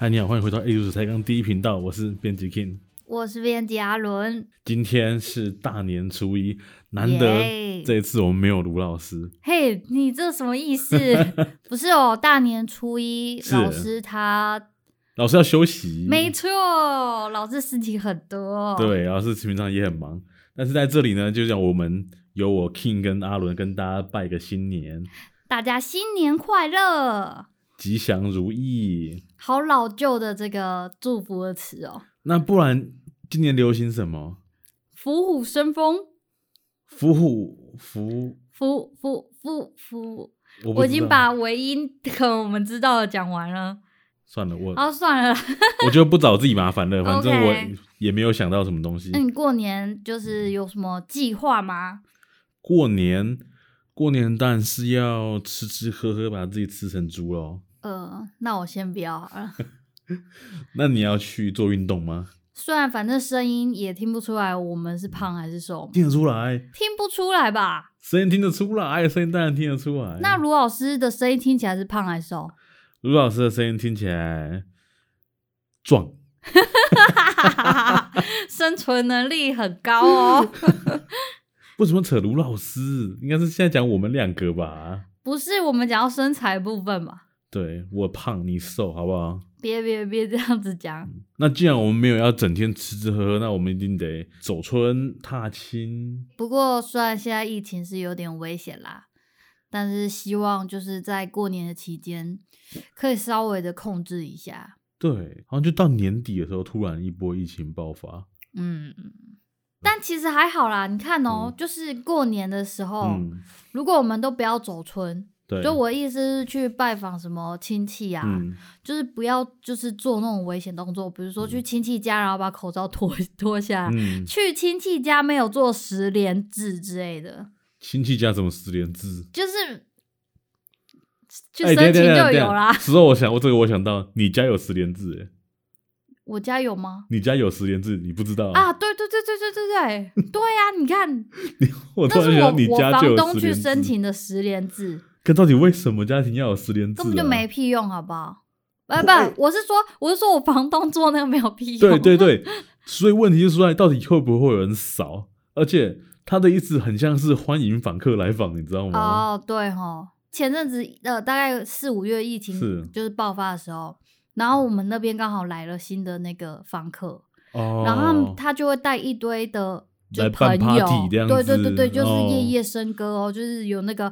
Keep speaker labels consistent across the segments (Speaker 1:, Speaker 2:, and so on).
Speaker 1: 嗨，你好，欢迎回到 A 组才刚第一频道，我是编辑 King。
Speaker 2: 我是编辑阿伦，
Speaker 1: 今天是大年初一，难得
Speaker 2: 耶
Speaker 1: 这一次我们没有卢老师，
Speaker 2: 嘿你这什么意思？ 不是哦，大年初一
Speaker 1: 是
Speaker 2: 老师他
Speaker 1: 老师要休息。
Speaker 2: 没错，老师事情很多。，
Speaker 1: 对，老师平常也很忙，但是在这里呢，就讲我们有我 King 跟阿伦跟大家拜个新年，
Speaker 2: 大家新年快乐！
Speaker 1: 吉祥如意。
Speaker 2: 好老旧的这个祝福的词哦，
Speaker 1: 那不然今年流行什么？
Speaker 2: 虎虎生风，
Speaker 1: 伏虎伏，
Speaker 2: 虎虎虎虎。
Speaker 1: 我不
Speaker 2: 我已
Speaker 1: 知
Speaker 2: 经
Speaker 1: 道
Speaker 2: 把尾音和我们知道的讲完了，
Speaker 1: 算了，我
Speaker 2: 哦，算了啦。
Speaker 1: 我就不找自己麻烦了，反正我
Speaker 2: OK 嗯
Speaker 1: 也没有想到什么东西
Speaker 2: 那。你过年就是有什么计划吗？
Speaker 1: 过年，过年当然是要吃吃喝喝，把自己吃成猪喽。
Speaker 2: 呃，那我先不要好了。
Speaker 1: 那你要去做运动吗？
Speaker 2: 虽然反正声音也听不出来我们
Speaker 1: 嗯
Speaker 2: 是胖还是瘦嘛，
Speaker 1: 听得出来，
Speaker 2: 听不出来吧？
Speaker 1: 声音听得出来，声音当然听得出来。
Speaker 2: 那卢老师的声音听起来是胖还是瘦？
Speaker 1: 卢老师的声音听起来壮，
Speaker 2: 生存能力很 高哦。
Speaker 1: 为什么扯卢老师？应该是现在讲我们两个吧？
Speaker 2: 不是我们讲到身材部分嘛？
Speaker 1: 对我胖你瘦，好不好？
Speaker 2: 别别别这样子讲，
Speaker 1: 那既然我们没有要整天吃吃喝喝，那我们一定得走春踏青。
Speaker 2: 不过虽然现在疫情是有点危险啦，但是希望就是在过年的期间可以稍微的控制一下。
Speaker 1: 对，好像就到年底的时候，突然一波疫情爆发。
Speaker 2: 嗯，但其实还好啦，你看哦，
Speaker 1: 嗯
Speaker 2: 就是过年的时候，
Speaker 1: 嗯，
Speaker 2: 如果我们都不要走村，
Speaker 1: 对，
Speaker 2: 就我意思是去拜访什么亲戚啊，
Speaker 1: 嗯，
Speaker 2: 就是不要就是做那种危险动作，比如说去亲戚家，然后把口罩脱脱下来。
Speaker 1: 嗯，
Speaker 2: 去亲戚家没有做十连制之类的，
Speaker 1: 亲戚家怎么十连字？
Speaker 2: 就是去
Speaker 1: 哎
Speaker 2: 申请
Speaker 1: 等一下
Speaker 2: 就
Speaker 1: 等一下
Speaker 2: 有啦。
Speaker 1: 等一下之后我想，我这个我想到，你家有十连字，哎，
Speaker 2: 我家有吗？
Speaker 1: 你家有十连字，你不知道
Speaker 2: 啊，？对对对对对对对对呀、你看，
Speaker 1: 我突
Speaker 2: 那
Speaker 1: 然
Speaker 2: 是
Speaker 1: 想到
Speaker 2: 我
Speaker 1: 你
Speaker 2: 我
Speaker 1: 家就
Speaker 2: 房
Speaker 1: 有
Speaker 2: 东
Speaker 1: 十
Speaker 2: 去
Speaker 1: 连啊
Speaker 2: 申
Speaker 1: 字，
Speaker 2: 请的十连制，
Speaker 1: 可到底为什么家庭要有十连字、啊？
Speaker 2: 根本就没屁用，好不好？不
Speaker 1: 哎
Speaker 2: 不，我是说，我是说我房东做那个没有屁用。
Speaker 1: 对对对，所以问题就出在到底会不会有人扫？而且他的意思很像是欢迎访客来访，你知道吗？
Speaker 2: 哦，对吼，前阵子呃，大概四五月疫情
Speaker 1: 是嗯
Speaker 2: 就是爆发的时候，然后我们那边刚好来了新的那个房客，
Speaker 1: 哦，
Speaker 2: 然后他们他就会带一堆的就
Speaker 1: 来
Speaker 2: 是
Speaker 1: 办
Speaker 2: 朋
Speaker 1: party
Speaker 2: 友，
Speaker 1: 这样
Speaker 2: 对对对对，
Speaker 1: 子
Speaker 2: 就是夜
Speaker 1: 哦
Speaker 2: 夜笙歌哦，就是有那个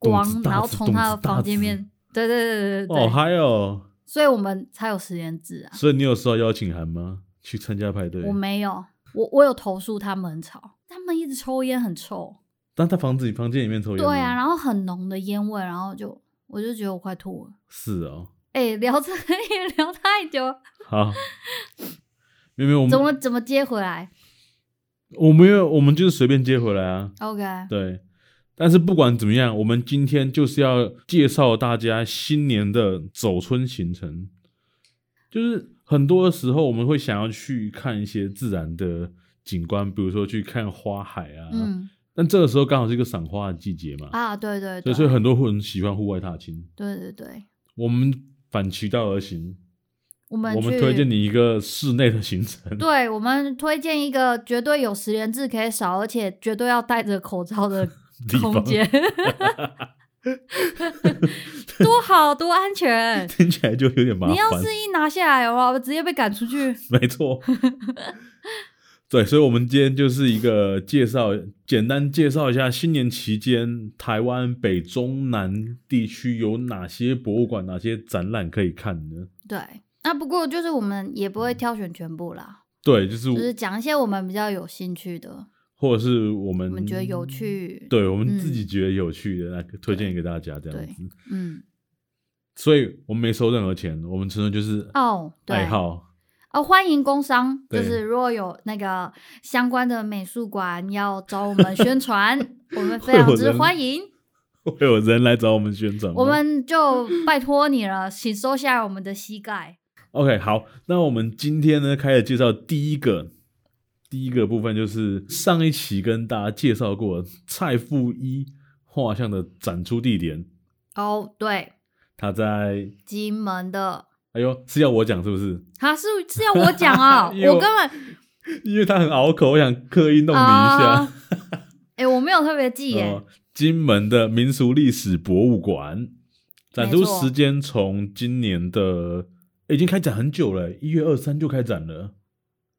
Speaker 1: 动
Speaker 2: 光
Speaker 1: 次，打
Speaker 2: 然后
Speaker 1: 次
Speaker 2: 从
Speaker 1: 动
Speaker 2: 他
Speaker 1: 次
Speaker 2: 的
Speaker 1: 打
Speaker 2: 房间
Speaker 1: 次
Speaker 2: 面，对对对对对
Speaker 1: 哦
Speaker 2: 对，
Speaker 1: 嗨哦，
Speaker 2: 所以我们才有十连制啊，
Speaker 1: 所以你有收到邀请函吗？去参加派对？
Speaker 2: 我没有，我我有投诉他们很吵，他们一直抽烟很臭，
Speaker 1: 但他房子里房间里面抽烟哦
Speaker 2: 对
Speaker 1: 吗。
Speaker 2: 啊，然后很浓的烟味，然后就我就觉得我快吐了。
Speaker 1: 是哦，
Speaker 2: 哎、聊这个 也聊太久，
Speaker 1: 好，没有没有，我
Speaker 2: 怎
Speaker 1: 们
Speaker 2: 么怎么接回来
Speaker 1: 我没有，我们就是随便接回来啊。
Speaker 2: ？OK，
Speaker 1: 对，但是不管怎么样，我们今天就是要介绍大家新年的走春行程，就是很多时候我们会想要去看一些自然的景观，比如说去看花海啊。
Speaker 2: 嗯
Speaker 1: 但这个时候刚好是一个赏花的季节嘛，
Speaker 2: 啊，对对
Speaker 1: 所
Speaker 2: 对，
Speaker 1: 以所以很多人喜欢户外踏青。
Speaker 2: 对对对，
Speaker 1: 我们反其道而行，
Speaker 2: 我们
Speaker 1: 我
Speaker 2: 去
Speaker 1: 们推荐你一个室内的行程。
Speaker 2: 对我们推荐一个绝对有十连制可以少，而且绝对要戴着口罩的
Speaker 1: 地方！
Speaker 2: 空间，多好多安全
Speaker 1: 听起来就有点麻烦。
Speaker 2: 你要是一拿下来的话，我直接被赶出去。
Speaker 1: 没 错，对，所以，我们今天就是一个介绍，简单介绍一下新年期间台湾北中南地区有哪些博物馆、哪些展览可以看呢？
Speaker 2: 对，那不过就是我们也不会挑选全部啦，
Speaker 1: 对，就是、
Speaker 2: 就是讲一些我们比较有兴趣的，
Speaker 1: 或者是我们
Speaker 2: 我们觉得有，趣。，
Speaker 1: 对我们
Speaker 2: 嗯
Speaker 1: 自己觉得有趣的，那个推荐给大家这样
Speaker 2: 对
Speaker 1: 子。
Speaker 2: 嗯，
Speaker 1: 所以我们没收任何钱，我们纯粹就是
Speaker 2: 哦，对，
Speaker 1: 爱好。
Speaker 2: 哦，欢迎工商，就
Speaker 1: 对
Speaker 2: 是如果有那个相关的美术馆要找我们宣 传，我们非常
Speaker 1: 会有
Speaker 2: 之
Speaker 1: 人
Speaker 2: 欢迎，
Speaker 1: 会有人来找我嗯们宣传吗，
Speaker 2: 我们就拜托你了，请收下我们的膝盖。
Speaker 1: OK，好，那我们今天呢，开始介绍第一个第一个部分，就是上一期跟大家介绍过蔡富一画像的展出地点，
Speaker 2: 哦，对，
Speaker 1: 它在
Speaker 2: 金门的
Speaker 1: 哎呦，是要我讲是不是？
Speaker 2: 啊，是是要我讲啊、
Speaker 1: 因为我
Speaker 2: 我根本
Speaker 1: 因为他很拗口，我想刻意弄你一下。
Speaker 2: 啊哎、我没有特别记耶、
Speaker 1: 哦，金门的民俗历史博物馆展出
Speaker 2: 没错
Speaker 1: 时间从今年的诶已经开展很久了，一月二三就开展了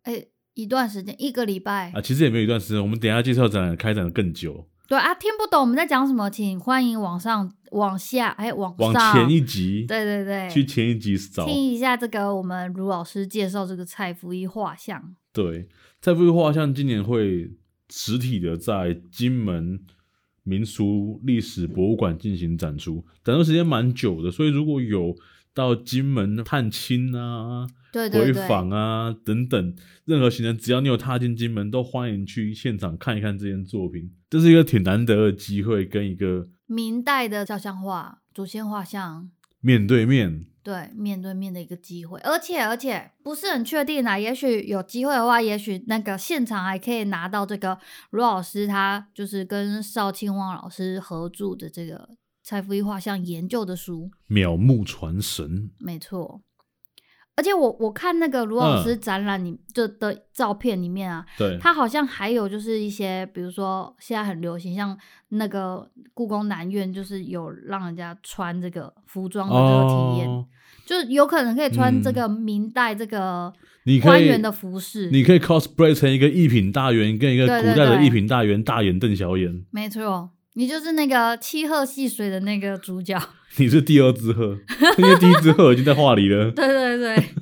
Speaker 2: 哎、一段时间，一个礼拜。
Speaker 1: 啊。其实也没有一段时间，我们等一下介绍展览开展的更久，
Speaker 2: 对啊，听不懂我们在讲什么，请欢迎往上、往下，哎、往
Speaker 1: 往
Speaker 2: 上。
Speaker 1: 前一集，
Speaker 2: 对对对，
Speaker 1: 去前一集找。
Speaker 2: 听一下这个我们卢老师介绍这个蔡福一画像。
Speaker 1: 对，在部画像今年会实体的在金门民俗历史博物馆进行展出，展出时间蛮久的，所以如果有到金门探亲啊，
Speaker 2: 对对
Speaker 1: 回
Speaker 2: 对，
Speaker 1: 访啊等等，任何行程，只要你有踏进金门，都欢迎去现场看一看这件作品。这是一个挺难得的机会，跟一个
Speaker 2: 明代的肖像画、祖先画像，
Speaker 1: 面对面。
Speaker 2: 对面对面的一个机会。而且而且不是很确定啊，也许有机会的话，也许那个现场还可以拿到这个卢老师他就是跟邵庆旺老师合著的这个蔡福一画像研究的书。
Speaker 1: 秒目传神，
Speaker 2: 没错。而且我我看那个卢老师
Speaker 1: 嗯
Speaker 2: 展览里就的照片里面啊，
Speaker 1: 对，
Speaker 2: 它好像还有就是一些，比如说现在很流行，像那个故宫南院，就是有让人家穿这个服装的这个体验，
Speaker 1: 哦，
Speaker 2: 就是有可能可以穿这
Speaker 1: 嗯
Speaker 2: 个明代这个
Speaker 1: 你可
Speaker 2: 官
Speaker 1: 以
Speaker 2: 员的服饰。
Speaker 1: 你可以 cosplay 成一个一品大员，跟一个
Speaker 2: 对
Speaker 1: 古
Speaker 2: 对
Speaker 1: 代的
Speaker 2: 对
Speaker 1: 一品大员大眼瞪小眼，
Speaker 2: 没错，你就是那个七鹤戏水的那个主角。
Speaker 1: 你是第二只鹤，因为第一只鹤已经在画里 了，
Speaker 2: 对对对，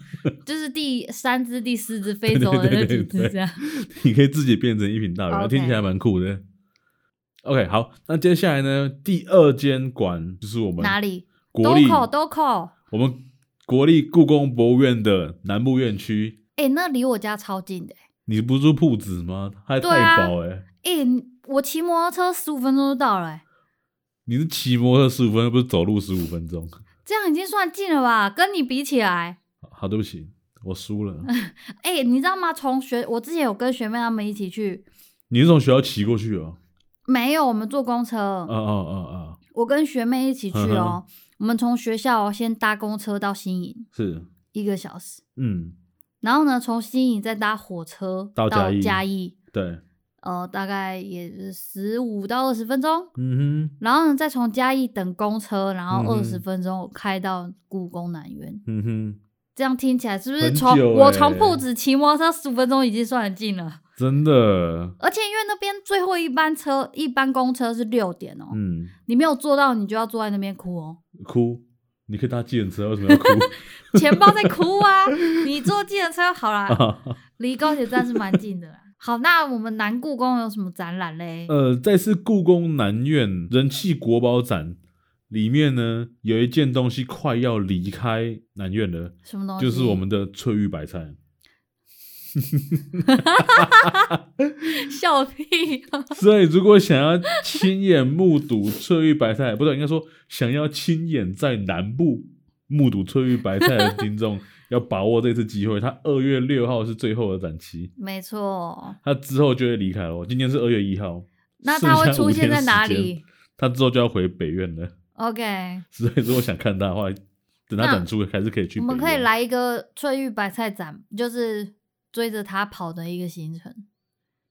Speaker 2: 就是第三只、第四只飞
Speaker 1: 对
Speaker 2: 走的
Speaker 1: 对
Speaker 2: 那
Speaker 1: 对
Speaker 2: 几
Speaker 1: 对
Speaker 2: 只这 样。
Speaker 1: 你可以自己变成一品大员，
Speaker 2: OK
Speaker 1: 听起来蛮酷的。OK，好，那接下来呢，第二间馆就是我们
Speaker 2: 哪里？
Speaker 1: 国
Speaker 2: 都
Speaker 1: 立
Speaker 2: 口都口。
Speaker 1: 我们国立故宫博物院的南部院区，
Speaker 2: 哎、那离我家超近的、
Speaker 1: 你不是住铺子吗？还太
Speaker 2: 对啊
Speaker 1: 保哎、
Speaker 2: 欸。哎、我骑摩托车十五分钟就到了、欸。
Speaker 1: 你是骑摩托十五分钟，不是走路十五分钟？
Speaker 2: 这样已经算近了吧？跟你比起来，
Speaker 1: 好，对不起，我输 了。
Speaker 2: 哎、你知道吗？从学我之前有跟学妹她们一起去，
Speaker 1: 你是从学校骑过去哦？
Speaker 2: 没有，我们坐公车，
Speaker 1: 啊啊啊啊！
Speaker 2: 我跟学妹一起去
Speaker 1: 嗯
Speaker 2: 哦。我们从学校先搭公车到新营，
Speaker 1: 是，
Speaker 2: 一个小时，
Speaker 1: 嗯，
Speaker 2: 然后呢，从新营再搭火车
Speaker 1: 到嘉义
Speaker 2: 嘉义，
Speaker 1: 对，
Speaker 2: 呃，大概也十五到二十分钟。
Speaker 1: 嗯哼，
Speaker 2: 然后呢，再从嘉义等公车，然后
Speaker 1: 嗯
Speaker 2: 二
Speaker 1: 哼
Speaker 2: 十分钟开到故宫南园。
Speaker 1: 嗯哼，
Speaker 2: 这样听起来是不是
Speaker 1: 很
Speaker 2: 从、
Speaker 1: 久
Speaker 2: 我
Speaker 1: 欸
Speaker 2: 从铺子骑摩托车十五分钟已经算很近了？
Speaker 1: 真的，
Speaker 2: 而且因为那边最后一班车，一班公车是六点哦、
Speaker 1: 嗯，
Speaker 2: 你没有坐到，你就要坐在那边哭哦、
Speaker 1: 哭，你可以搭计程车，为什么要哭？
Speaker 2: 钱包在哭啊！你坐计程车好啦，
Speaker 1: 啊
Speaker 2: 离高铁站是蛮近的啦。好，那我们南故宫有什么展览嘞？
Speaker 1: 呃，在是故宫南院人气国宝展里面呢，有一件东西快要离开南院了，
Speaker 2: 什么东西？
Speaker 1: 哦就是我们的翠玉白菜。
Speaker 2: 笑屁、啊！
Speaker 1: 所以，如果想要亲眼目睹翠玉白菜，不对，应该说想要亲眼在南部目睹翠玉白菜的听众，要把握这次机会。它 二月六号是最后的展期，
Speaker 2: 没错，
Speaker 1: 它之后就会离开了。今天是二月一号，
Speaker 2: 那它会
Speaker 1: 剩下
Speaker 2: 出
Speaker 1: 五
Speaker 2: 现
Speaker 1: 天
Speaker 2: 在哪
Speaker 1: 时间
Speaker 2: 里
Speaker 1: 它之后就要回北院了。
Speaker 2: ？OK，
Speaker 1: 所以，如果想看它的话，等它
Speaker 2: 那
Speaker 1: 展出还是可以去
Speaker 2: 我
Speaker 1: 北院。
Speaker 2: 们可以来一个翠玉白菜展，就是追着它跑的一个行程。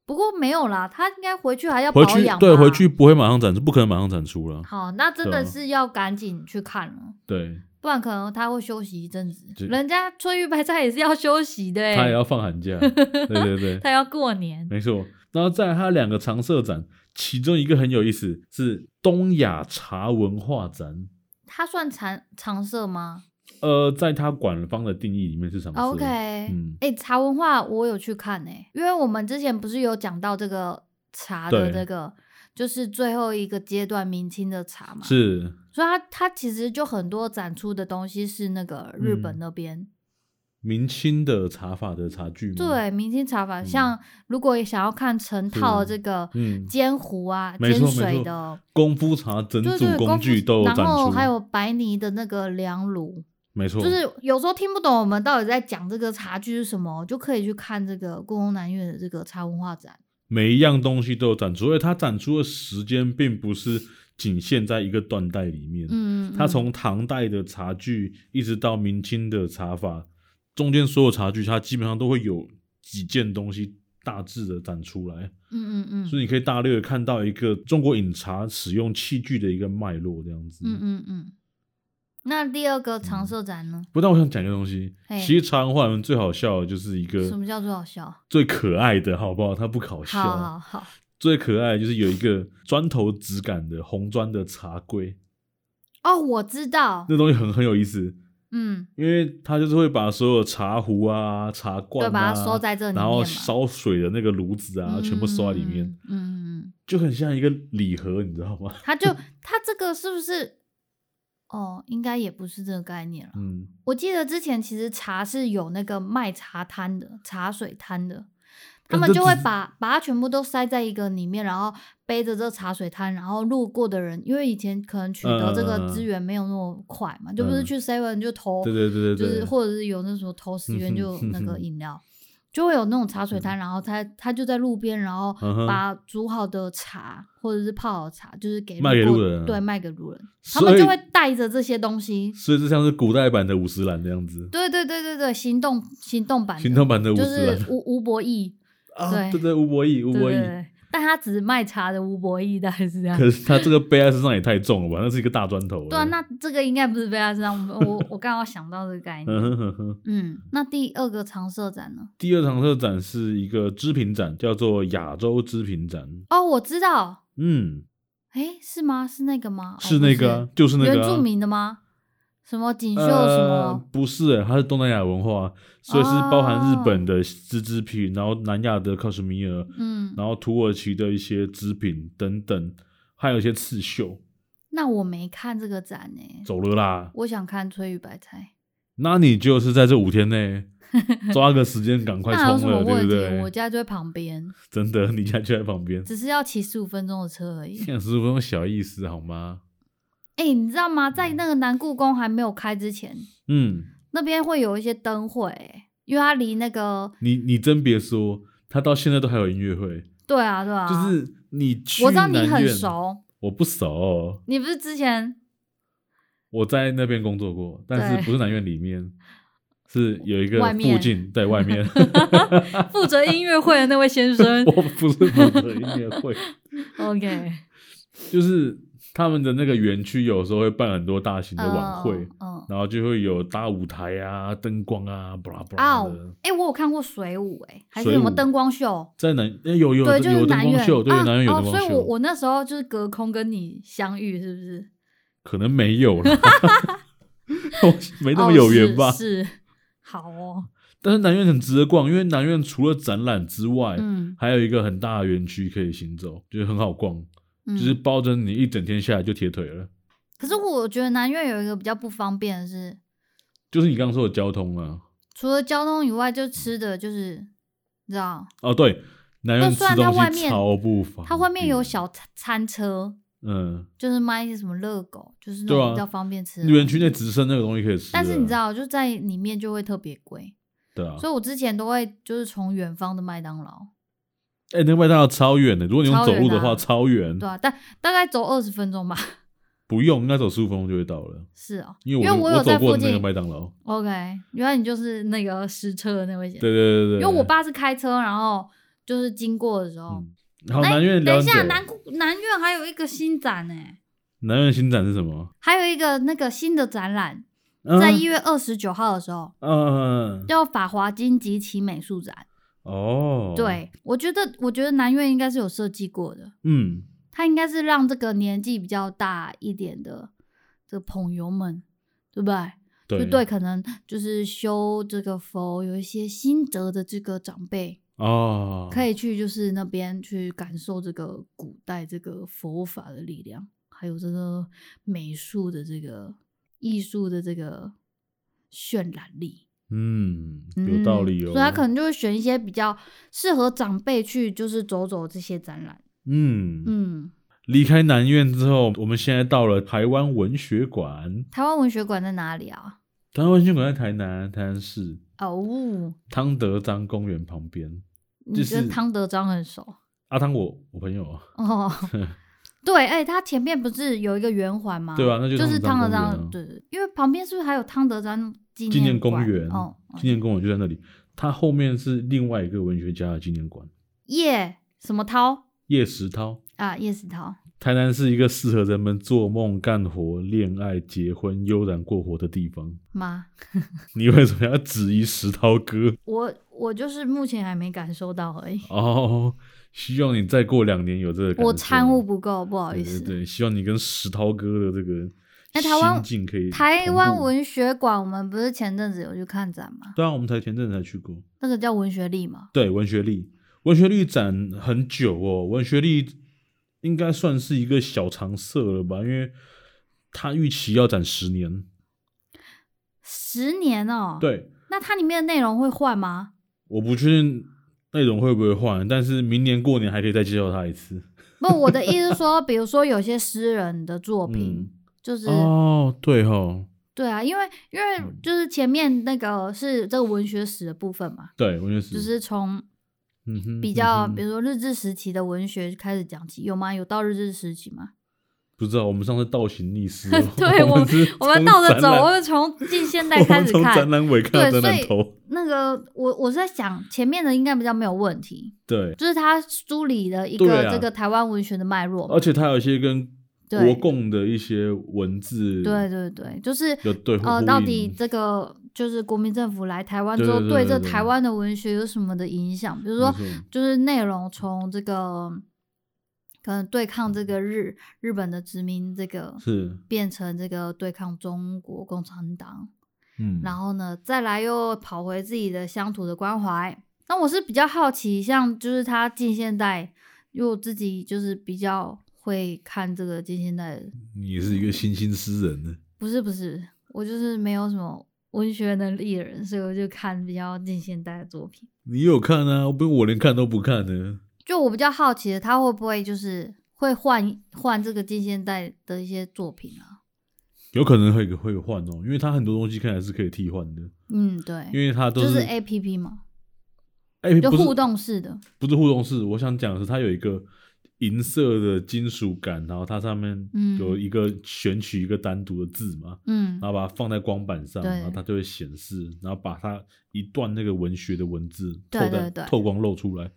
Speaker 2: 不过没有啦，它应该回去还要保
Speaker 1: 回去
Speaker 2: 养哎吧。
Speaker 1: 对回去不会马上展出，不可能马上展出了。
Speaker 2: 好，那真
Speaker 1: 对啊
Speaker 2: 的是要赶紧去看了，
Speaker 1: 对，
Speaker 2: 不然可能他会休息一阵子。
Speaker 1: 这
Speaker 2: 人家翠玉白菜也是要休息的、欸，
Speaker 1: 他也要放寒 假。对对对，
Speaker 2: 他要过年。
Speaker 1: 没错。然后再来它两个常设展，其中一个很有意思，是东亚茶文化展。
Speaker 2: 他算常常设吗
Speaker 1: 呃，在它馆方的定义里面是常设。
Speaker 2: ？OK，哎、
Speaker 1: 嗯
Speaker 2: 茶文化我有去看呢、因为我们之前不是有讲到这个茶的
Speaker 1: 对
Speaker 2: 这个，就是最后一个阶段明清的茶嘛，
Speaker 1: 是
Speaker 2: 所以它它其实就很多展出的东西是那个日本
Speaker 1: 嗯
Speaker 2: 那边。
Speaker 1: 明清的茶法的茶具吗？，
Speaker 2: 对，明清茶法，
Speaker 1: 嗯
Speaker 2: 像如果想要看成套的这个
Speaker 1: 嗯
Speaker 2: 煎壶啊、
Speaker 1: 没
Speaker 2: 煎
Speaker 1: 错没
Speaker 2: 水
Speaker 1: 错
Speaker 2: 的，哦
Speaker 1: 功夫茶整
Speaker 2: 对
Speaker 1: 组
Speaker 2: 对，功
Speaker 1: 工
Speaker 2: 夫
Speaker 1: 具都有展
Speaker 2: 然后
Speaker 1: 出，
Speaker 2: 还有白泥的那个凉炉，
Speaker 1: 没错，
Speaker 2: 就是有时候听不懂我们到底在讲这个茶具是什么，就可以去看这个故宫南院的这个茶文化展。
Speaker 1: 每一样东西都有展出，而且它展出的时间并不是仅限在一个断代里面，
Speaker 2: 嗯，嗯
Speaker 1: 它从唐代的茶具一直到明清的茶法，中间所有茶具它基本上都会有几件东西大致的展出来，
Speaker 2: 嗯嗯嗯
Speaker 1: 所以你可以大略地看到一个中国饮茶使用器具的一个脉络这样子。
Speaker 2: 嗯嗯嗯。那第二个常设展呢？
Speaker 1: 不但我想讲一个东西
Speaker 2: 嘿，
Speaker 1: 嗯其实茶文化里面最好笑的就是一
Speaker 2: 什
Speaker 1: 个
Speaker 2: 么叫做好笑？
Speaker 1: 最可爱的，好不好？它不搞笑，啊
Speaker 2: 好好好，
Speaker 1: 最可爱的就是有一个砖头质感的红砖的茶柜，
Speaker 2: 哦，我知道，
Speaker 1: 那东西很很有意思，
Speaker 2: 嗯，
Speaker 1: 因为它就是会把所有茶壶啊、茶罐
Speaker 2: 对，
Speaker 1: 啊，
Speaker 2: 把它收在这里面
Speaker 1: 然
Speaker 2: 嘛
Speaker 1: 后，烧水的那个炉子啊，全部收在里面，
Speaker 2: 嗯。嗯嗯嗯，
Speaker 1: 就很像一个礼盒，你知道吗？
Speaker 2: 他就他这个是不是？哦，应该也不是这个概念了。
Speaker 1: 嗯，
Speaker 2: 我记得之前其实茶是有那个卖茶摊的、茶水摊的，他
Speaker 1: 但
Speaker 2: 们
Speaker 1: 这
Speaker 2: 就会
Speaker 1: 呃只是
Speaker 2: 把把它全部都塞在一个里面，然后背着这茶水摊，然后路过的人，因为以前可能取得这
Speaker 1: 嗯嗯嗯
Speaker 2: 个
Speaker 1: 嗯
Speaker 2: 资源没有那么快嘛，就不
Speaker 1: 嗯
Speaker 2: 是去 seven 就投，
Speaker 1: 对对对对
Speaker 2: 哦就
Speaker 1: 对，
Speaker 2: 是或者是有那时候投十元
Speaker 1: 嗯哼
Speaker 2: 就那
Speaker 1: 嗯
Speaker 2: 个
Speaker 1: 哼嗯
Speaker 2: 饮料，就会有那种茶水摊，然后他他就在路边，然后
Speaker 1: 嗯哼
Speaker 2: 把煮好的茶或者是泡好的茶，就是给
Speaker 1: 卖给
Speaker 2: 过
Speaker 1: 路人啊
Speaker 2: 对，卖给路人，他
Speaker 1: 所
Speaker 2: 们
Speaker 1: 以
Speaker 2: 就会带着这些东西，
Speaker 1: 所以这像是古代版的五十岚这样子，
Speaker 2: 对对对对对，行动行动版的，
Speaker 1: 行动版的五
Speaker 2: 就
Speaker 1: 十岚
Speaker 2: 是吴吴伯义，
Speaker 1: 啊，
Speaker 2: 对
Speaker 1: 对对，吴伯义，吴
Speaker 2: 对
Speaker 1: 伯
Speaker 2: 对
Speaker 1: 义。
Speaker 2: 对，但他只卖茶的吴伯义大概是这样。
Speaker 1: 可是他这个背在身上也太重了吧？那是一个大砖头。
Speaker 2: 对啊，那这个应该不是被他身上，我我我刚好想到这个概念。
Speaker 1: 嗯哼哼哼
Speaker 2: 嗯，那第二个常设展呢？
Speaker 1: 第二场特展是一个织品展，叫做亚洲织品展。
Speaker 2: 哦，我知道，
Speaker 1: 嗯，
Speaker 2: 诶，是吗？是那个吗？哦
Speaker 1: 是那个啊、
Speaker 2: 不
Speaker 1: 就是那个啊、
Speaker 2: 原住民的吗？什么锦绣什
Speaker 1: 呃
Speaker 2: 么？，啊
Speaker 1: 不是欸，它是东南亚文化，所以是包含日
Speaker 2: 哦
Speaker 1: 本的织织品，然后南亚的克什米尔，
Speaker 2: 嗯，
Speaker 1: 然后土耳其的一些织品等等，还有一些刺绣。
Speaker 2: 那我没看这个展呢、
Speaker 1: 走了啦，
Speaker 2: 我想看翠玉白菜。
Speaker 1: 那你就是在这五天内 抓个时间赶快
Speaker 2: 那有什
Speaker 1: 冲
Speaker 2: 么
Speaker 1: 了，对
Speaker 2: 问
Speaker 1: 不
Speaker 2: 题？
Speaker 1: 对？
Speaker 2: 我家就在旁边，
Speaker 1: 真的，你家就在旁边，啊
Speaker 2: 只是要骑十五分钟的车而已。
Speaker 1: 想十五分钟小意思好吗？
Speaker 2: 哎、你知道吗？在那个南故宫还没有开之前，
Speaker 1: 嗯，
Speaker 2: 那边会有一些灯会、欸，因为它离那个……
Speaker 1: 你你真别说，他到现在都还有音乐会，
Speaker 2: 对啊，对啊，
Speaker 1: 就是你去
Speaker 2: 我知道你
Speaker 1: 南
Speaker 2: 很
Speaker 1: 苑，
Speaker 2: 熟，
Speaker 1: 我不熟，
Speaker 2: 你不是之前
Speaker 1: 我在那边工作过，但
Speaker 2: 对
Speaker 1: 是不是南院里面，是有一个
Speaker 2: 外面
Speaker 1: 附近，对外 面，
Speaker 2: 负责音乐会的那位 先生
Speaker 1: 我不是负责音乐会，
Speaker 2: ？OK，
Speaker 1: 就是他们的那个园区有时候会办很多大型的晚会，
Speaker 2: 嗯嗯，嗯
Speaker 1: 然后就会有搭舞台啊、灯光啊、巴拉巴
Speaker 2: 啊
Speaker 1: 拉的。，
Speaker 2: 哎、我有看过水舞、欸，哎，还是
Speaker 1: 水
Speaker 2: 什么
Speaker 1: 舞
Speaker 2: 灯光秀？
Speaker 1: 在南诶有有
Speaker 2: 对，就是
Speaker 1: 有灯
Speaker 2: 南苑
Speaker 1: 光秀，对
Speaker 2: 啊
Speaker 1: 南苑有
Speaker 2: 哦，
Speaker 1: 灯
Speaker 2: 所
Speaker 1: 光
Speaker 2: 以我
Speaker 1: 秀，
Speaker 2: 我那时候就是隔空跟你相遇，是不是？
Speaker 1: 可能没有 了，我没那么
Speaker 2: 哦
Speaker 1: 有缘吧。
Speaker 2: 是是，好哦，
Speaker 1: 但是南苑很值得逛，因为南苑除了展览之外，
Speaker 2: 嗯，
Speaker 1: 还有一个很大的园区可以行走，就是很好逛，
Speaker 2: 嗯
Speaker 1: 就是包着你一整天下来就铁腿了。
Speaker 2: 可是我觉得南苑有一个比较不方便的是，
Speaker 1: 就是你刚刚说的交通啊，
Speaker 2: 除了交通以外，就吃的就是，你知道，
Speaker 1: 哦对，南苑
Speaker 2: 但
Speaker 1: 吃
Speaker 2: 虽然它外
Speaker 1: 东西
Speaker 2: 面
Speaker 1: 超不方便，
Speaker 2: 它外面有小餐餐车，
Speaker 1: 嗯，
Speaker 2: 就是卖一些什么热狗，就是那
Speaker 1: 对啊
Speaker 2: 种比较方便吃的东西。
Speaker 1: 园区内只剩那个东西可以吃了，
Speaker 2: 但是你知道，就在里面就会特别贵，
Speaker 1: 对啊，
Speaker 2: 所以我之前都会就是从远方的麦当劳，
Speaker 1: 哎、那个麦当劳超远的，如果你用
Speaker 2: 超
Speaker 1: 走
Speaker 2: 远
Speaker 1: 路的
Speaker 2: 啊
Speaker 1: 话，超远，
Speaker 2: 对啊，大大概走二十分钟吧，
Speaker 1: 不用，应该走十五分钟就会到了，
Speaker 2: 是哦，
Speaker 1: 因为
Speaker 2: 因为
Speaker 1: 我
Speaker 2: 我有
Speaker 1: 走
Speaker 2: 在
Speaker 1: 过
Speaker 2: 附
Speaker 1: 那个
Speaker 2: 近
Speaker 1: 麦当劳，
Speaker 2: OK，原来你就是那个 实车的那位姐，
Speaker 1: 对对对对，
Speaker 2: 因为我爸是开车，然后就是经过的时候，
Speaker 1: 嗯好
Speaker 2: 哎
Speaker 1: 南苑
Speaker 2: 等
Speaker 1: 聊
Speaker 2: 一下，
Speaker 1: 走
Speaker 2: 南固南苑还有一个新展呢、
Speaker 1: 南苑新展是什么？
Speaker 2: 还有一个那个新的展览，
Speaker 1: 嗯
Speaker 2: 在一月二十九号的时候，
Speaker 1: 嗯嗯嗯
Speaker 2: 叫《法华经及其美术展》。
Speaker 1: 哦，，
Speaker 2: 对，我觉得，我觉得南苑应该是有设计过的，
Speaker 1: 嗯，
Speaker 2: 它应该是让这个年纪比较大一点的这个朋友们，对不对？
Speaker 1: 对
Speaker 2: 就对，可能就是修这个佛有一些心得的这个长辈，
Speaker 1: 哦，
Speaker 2: 可以去就是那边去感受这个古代这个佛法的力量，还有这个美术的这个艺术的这个渲染力，
Speaker 1: 嗯，有道理哦。
Speaker 2: 嗯所以他可能就会选一些比较适合长辈去，就是走走这些展览。
Speaker 1: 嗯，
Speaker 2: 嗯，
Speaker 1: 离开南院之后，我们现在到了台湾文学馆。
Speaker 2: 台湾文学馆在哪里啊？
Speaker 1: 台湾文学馆在台南台南市
Speaker 2: 哦，
Speaker 1: 汤德章公园旁边，
Speaker 2: 你
Speaker 1: 就
Speaker 2: 跟
Speaker 1: 是
Speaker 2: 汤德章很熟？
Speaker 1: 阿汤我我朋友啊，
Speaker 2: 哦，对，哎、它前面不是有一个圆环吗？
Speaker 1: 对啊那就
Speaker 2: 就是是
Speaker 1: 汤
Speaker 2: 汤
Speaker 1: 德章
Speaker 2: 德章，
Speaker 1: 公园啊
Speaker 2: 对对，因为旁边是不是还有汤德章纪
Speaker 1: 纪念公
Speaker 2: 馆
Speaker 1: 园
Speaker 2: 哦，，
Speaker 1: 纪念公园就在那里，它后面是另外一个文学家的纪念馆，
Speaker 2: 叶什么涛
Speaker 1: 叶石涛。
Speaker 2: 啊，叶石涛，
Speaker 1: 台南是一个适合人们做梦、干活、恋爱、结婚、悠然过活的地方。
Speaker 2: 妈，
Speaker 1: 你为什么要质疑石涛哥？
Speaker 2: 我我就是目前还没感受到而已，
Speaker 1: 哦，希望你再过两年有这个感
Speaker 2: 我
Speaker 1: 受
Speaker 2: 参悟不够，不好
Speaker 1: 对
Speaker 2: 意
Speaker 1: 对
Speaker 2: 思。
Speaker 1: 对，希望你跟石涛哥的这个
Speaker 2: 哎台湾
Speaker 1: 心境可以
Speaker 2: 台湾
Speaker 1: 同步
Speaker 2: 文学馆，我们不是前阵子有去看展吗？
Speaker 1: 对啊，我们才前阵子才去过。
Speaker 2: 那个叫文学力嘛，
Speaker 1: 对，文学力，文学力展很久哦，文学力应该算是一个小常设了吧，因为它预期要展十年。
Speaker 2: 十年哦。。
Speaker 1: 对，
Speaker 2: 那它里面的内容会换吗？
Speaker 1: 我不确定内容会不会换，但是明年过年还可以再介绍它一次。
Speaker 2: 不，我的意思是说，比如说有些诗人的作 品，就是、
Speaker 1: 嗯哦，对吼，
Speaker 2: 对啊，因为因为
Speaker 1: 嗯
Speaker 2: 就是前面那个是这个文学史的部分嘛，
Speaker 1: 对，文学史
Speaker 2: 就是从
Speaker 1: 嗯哼
Speaker 2: 比
Speaker 1: 嗯
Speaker 2: 较、
Speaker 1: 哼
Speaker 2: 比如说日治时期的文学开始讲起，有吗？有到日治时期吗？
Speaker 1: 不知道，我们上次倒行逆施哦，
Speaker 2: 对
Speaker 1: 我
Speaker 2: 我
Speaker 1: 们是
Speaker 2: 我们
Speaker 1: 从
Speaker 2: 倒着
Speaker 1: 展
Speaker 2: 走，
Speaker 1: 览
Speaker 2: 我们从近 现代
Speaker 1: 我
Speaker 2: 开
Speaker 1: 们
Speaker 2: 始
Speaker 1: 从展
Speaker 2: 看。
Speaker 1: 览尾看到
Speaker 2: 对
Speaker 1: 展览
Speaker 2: 所以
Speaker 1: 头，
Speaker 2: 那个我我是在想，前面的应该比较没有问题，
Speaker 1: 对，
Speaker 2: 就是他梳理了一
Speaker 1: 对
Speaker 2: 个
Speaker 1: 啊
Speaker 2: 这个台湾文学的脉络嘛
Speaker 1: 而。且它有一些跟
Speaker 2: 对
Speaker 1: 国共的一些文字，
Speaker 2: 对对对，就是
Speaker 1: 有对或
Speaker 2: 呃，
Speaker 1: 呼
Speaker 2: 到底
Speaker 1: 应
Speaker 2: 这个就是国民政府来台湾
Speaker 1: 对
Speaker 2: 之后，
Speaker 1: 对对
Speaker 2: 对这
Speaker 1: 对对嗯
Speaker 2: 台湾的文学有什么的影响？比如说，
Speaker 1: 没错
Speaker 2: 就是内容从这个可能对抗这个日日本的殖民，这个
Speaker 1: 是，
Speaker 2: 变成这个对抗中国共产党，
Speaker 1: 嗯，
Speaker 2: 然后呢，再来又跑回自己的乡土的关怀。那我是比较好奇，像就是他近现代，因为我自己就是比较会看这个近现代的
Speaker 1: 你也是一个新兴诗人呢，
Speaker 2: 不是不是，我就是没有什么文学能力的人，所以我就看比较近现代的作品。
Speaker 1: 你有看啊？不用我连看都不看呢。
Speaker 2: 就我比较好奇的，他会不会就是会换换这个近现代的一些作品啊？
Speaker 1: 有可能会会换哦，因为它很多东西看来是可以替换的，
Speaker 2: 嗯，对，
Speaker 1: 因为它都
Speaker 2: 就是是 A P P 嘛，
Speaker 1: 哎，
Speaker 2: 就
Speaker 1: 不是
Speaker 2: 互动式的。
Speaker 1: 不是互动式，我想讲的是它有一个银色的金属感，然后它上面
Speaker 2: 嗯
Speaker 1: 有一个选取一个单独的字嘛，
Speaker 2: 嗯
Speaker 1: 然后把它放在光板上，
Speaker 2: 对
Speaker 1: 然后它就会显示，然后把它一段那个文学的文字透
Speaker 2: 对
Speaker 1: 在
Speaker 2: 对对
Speaker 1: 透光露出来。